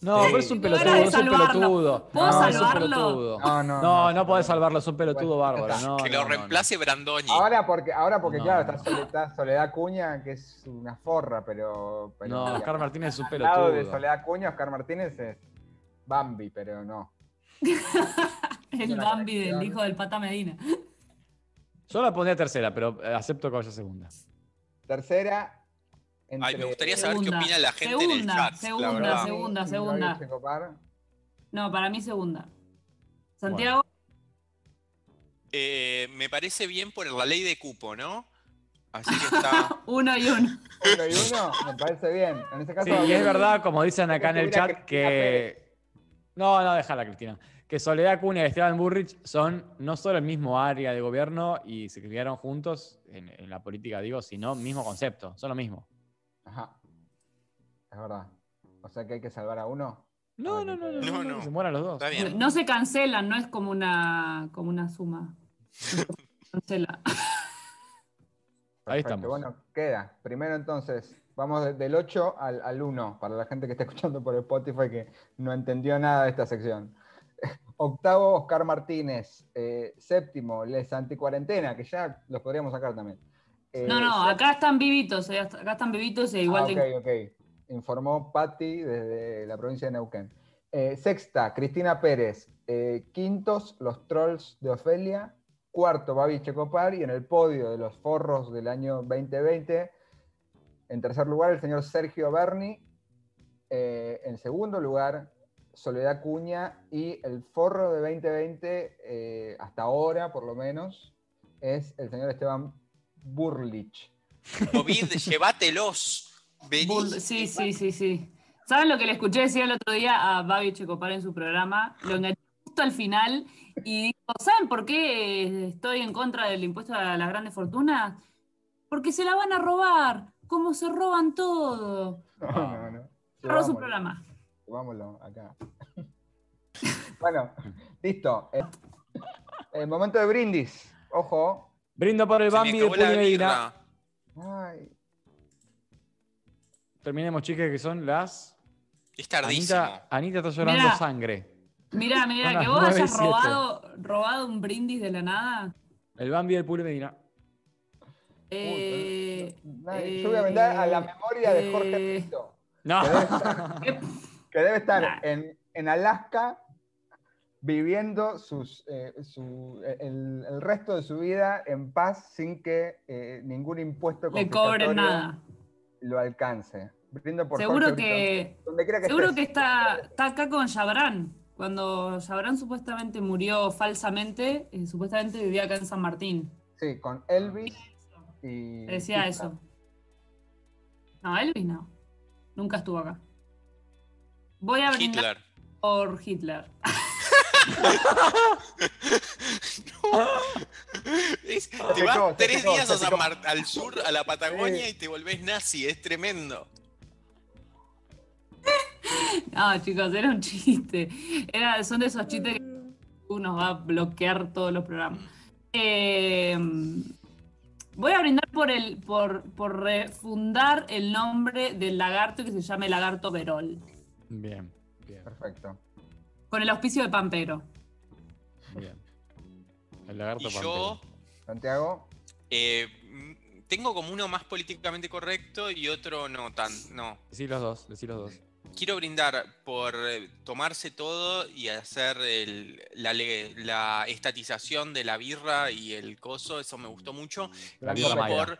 No, pero es un
Tengo
pelotudo,
ganas
es
de
un
salvarlo.
pelotudo.
¿Puedo
No, es un
salvarlo?
pelotudo.
No, no.
No, no podés salvarlo, es un pelotudo
Bueno,
bárbaro.
ya está.
No,
que
no,
lo
no, no.
reemplace Brandoni.
Ahora porque, ahora porque
No,
claro,
no.
está Sole- está Soledad Cuña, que es una forra, pero. pero
No,
digamos,
Oscar Martínez es un
Al lado de
pelotudo.
Soledad Cuña, Oscar Martínez es Bambi, pero no.
El
Una
Bambi del
conexión.
hijo del Pata Medina.
Yo la pondría tercera, pero eh, acepto que vaya segunda.
Tercera.
Ay, me gustaría saber
Segunda.
qué opina la gente en el
Segunda,
chat. la
segunda,
verdad.
segunda.
y
segunda.
Gabriel Checopar.
No, para mí segunda. Santiago,
Eh, me parece bien por la ley de cupo, ¿no? Así que está.
uno y uno.
Uno y uno, me parece bien. En ese caso.
Sí, y es verdad, como dicen acá en
que
el
tuviera
chat,
Cristina
que. No, no, déjala, Cristina. Que Soledad Cunha y Esteban Burrich son no solo el mismo área de gobierno y se criaron juntos en, en la política, digo, sino mismo concepto, son lo mismo.
Ajá. Es verdad. O sea que hay que salvar a uno.
No, no, no, Ah, no, no,
No, no.
que se mueran los dos.
Está bien.
No se cancelan, no es como una, como una suma. Cancela.
Ahí
Perfecto,
estamos.
Bueno, queda. Primero entonces, vamos de- del 8 al, al 1, para la gente que está escuchando por Spotify que no entendió nada de esta sección. Octavo, Oscar Martínez. Eh, séptimo, Les Anticuarentena, que ya los podríamos sacar también. Eh,
No, no, acá están vivitos, eh, acá están vivitos e igual
Ah,
de...
ok, ok. Informó Patti desde la provincia de Neuquén. Eh, sexta, Cristina Pérez. Eh, quintos, los trolls de Ofelia. Cuarto, Babi Checopar. Y en el podio de los forros del año 2020, en tercer lugar, el señor Sergio Berni. Eh, en segundo lugar, Soledad Cuña. Y el forro de 2020, eh, hasta ahora por lo menos, es el señor Esteban Burlich.
COVID, llévatelos. Vení.
Bull- Sí, sí, sí, sí. ¿Saben lo que le escuché decir el otro día a Babi Checopar en su programa? Lo enganché justo al final y dijo, ¿saben por qué eh, estoy en contra del impuesto a las grandes fortunas? Porque se la van a robar, como se roban todo.
No,
Ah.
no, no.
Cerró su
Llevámoslo.
programa.
Vámonos acá. bueno, listo. Eh, eh, momento de brindis. Ojo.
Brindo por el
Se me
Bambi de
acabó la
Puli Medina.
birra.
Ay,
Terminemos, chicas, que son las.
Es tardísimo.
Anita, Anita está llorando
Mirá.
sangre.
Mirá,
Son
mirá,
las
que vos
nueve y
hayas
siete.
robado, robado un brindis de la nada.
El Bambi del Puli Medina.
Eh,
nadie- yo voy a vender a la memoria de Jorge
eh,
Pinto,
No.
que debe estar,
¿qué-
que debe estar
Nah.
en, en Alaska viviendo sus, eh, su- el, el resto de su vida en paz sin que eh, ningún impuesto
le cobren
confiscatorio
nada.
lo alcance. Brindo por
Seguro
Jorge Pinto.
que,
Donde quiera que
seguro que
estés.
está, está acá con Jabrán. Cuando Jabrán supuestamente murió falsamente, eh, supuestamente vivía acá en San Martín.
Sí, con Elvis y.
Le decía
Tupac.
eso. No, Elvis no. Nunca estuvo acá. Voy a brindar
Hitler.
por Hitler.
Es- te
picó,
vas
te
tres
picó,
días
te
a San
picó.
Mar- al sur, a la Patagonia,
Sí.
y te volvés nazi. Es tremendo.
No, chicos, era un chiste. Era, son de esos chistes que uno va a bloquear todos los programas. Eh, voy a brindar por el, por, por refundar el nombre del lagarto que se llame Lagarto Verol.
Bien, bien,
Perfecto.
Con el auspicio de Pampero.
bien. El lagarto
Y yo
Santiago,
eh, mm, tengo como uno más políticamente correcto y otro no tan. No.
Decí los dos, decí los dos.
Quiero brindar por eh, tomarse todo y hacer el- la, le- la estatización de la birra y el coso, eso me gustó mucho.
La
Blanco
Y
birra
Pete.
maya.
por,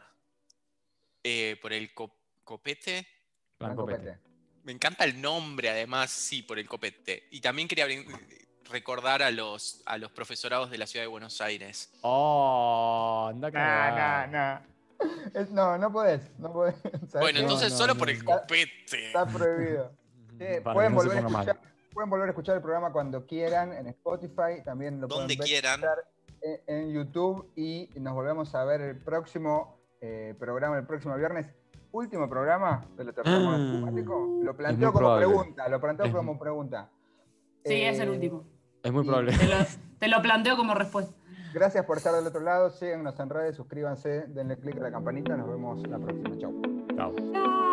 eh, por el co- copete.
Blanco Pete.
Me encanta el nombre, además, sí, por el copete. Y también quería brin- recordar a los, a los profesorados de la ciudad de Buenos Aires.
Oh, anda a
Nah, nah,
cagar.
nah. Es- no, no podés. No podés. ¿Sabés
Bueno,
qué?
no,
entonces
no,
solo
no.
por el copete.
Está prohibido. Eh,
Para
pueden,
que no se
volver a
ponga mal.
escuchar, pueden volver a escuchar el programa cuando quieran en Spotify, también lo
Donde
pueden ver-
quieran.
escuchar en, en YouTube y nos volvemos a ver el próximo eh, programa, el próximo viernes. Último programa de la tercera
Ah,
Moda Automático. Lo planteo
muy
como
probable.
pregunta, lo planteo
Es-
como pregunta.
Sí,
Eh,
es el último.
Es muy
Y-
probable.
Te lo, te lo planteo como respuesta.
Gracias por estar del otro lado. Síganos en redes, suscríbanse, denle click a la campanita. Nos vemos la próxima. Chau.
Chao.
Chao.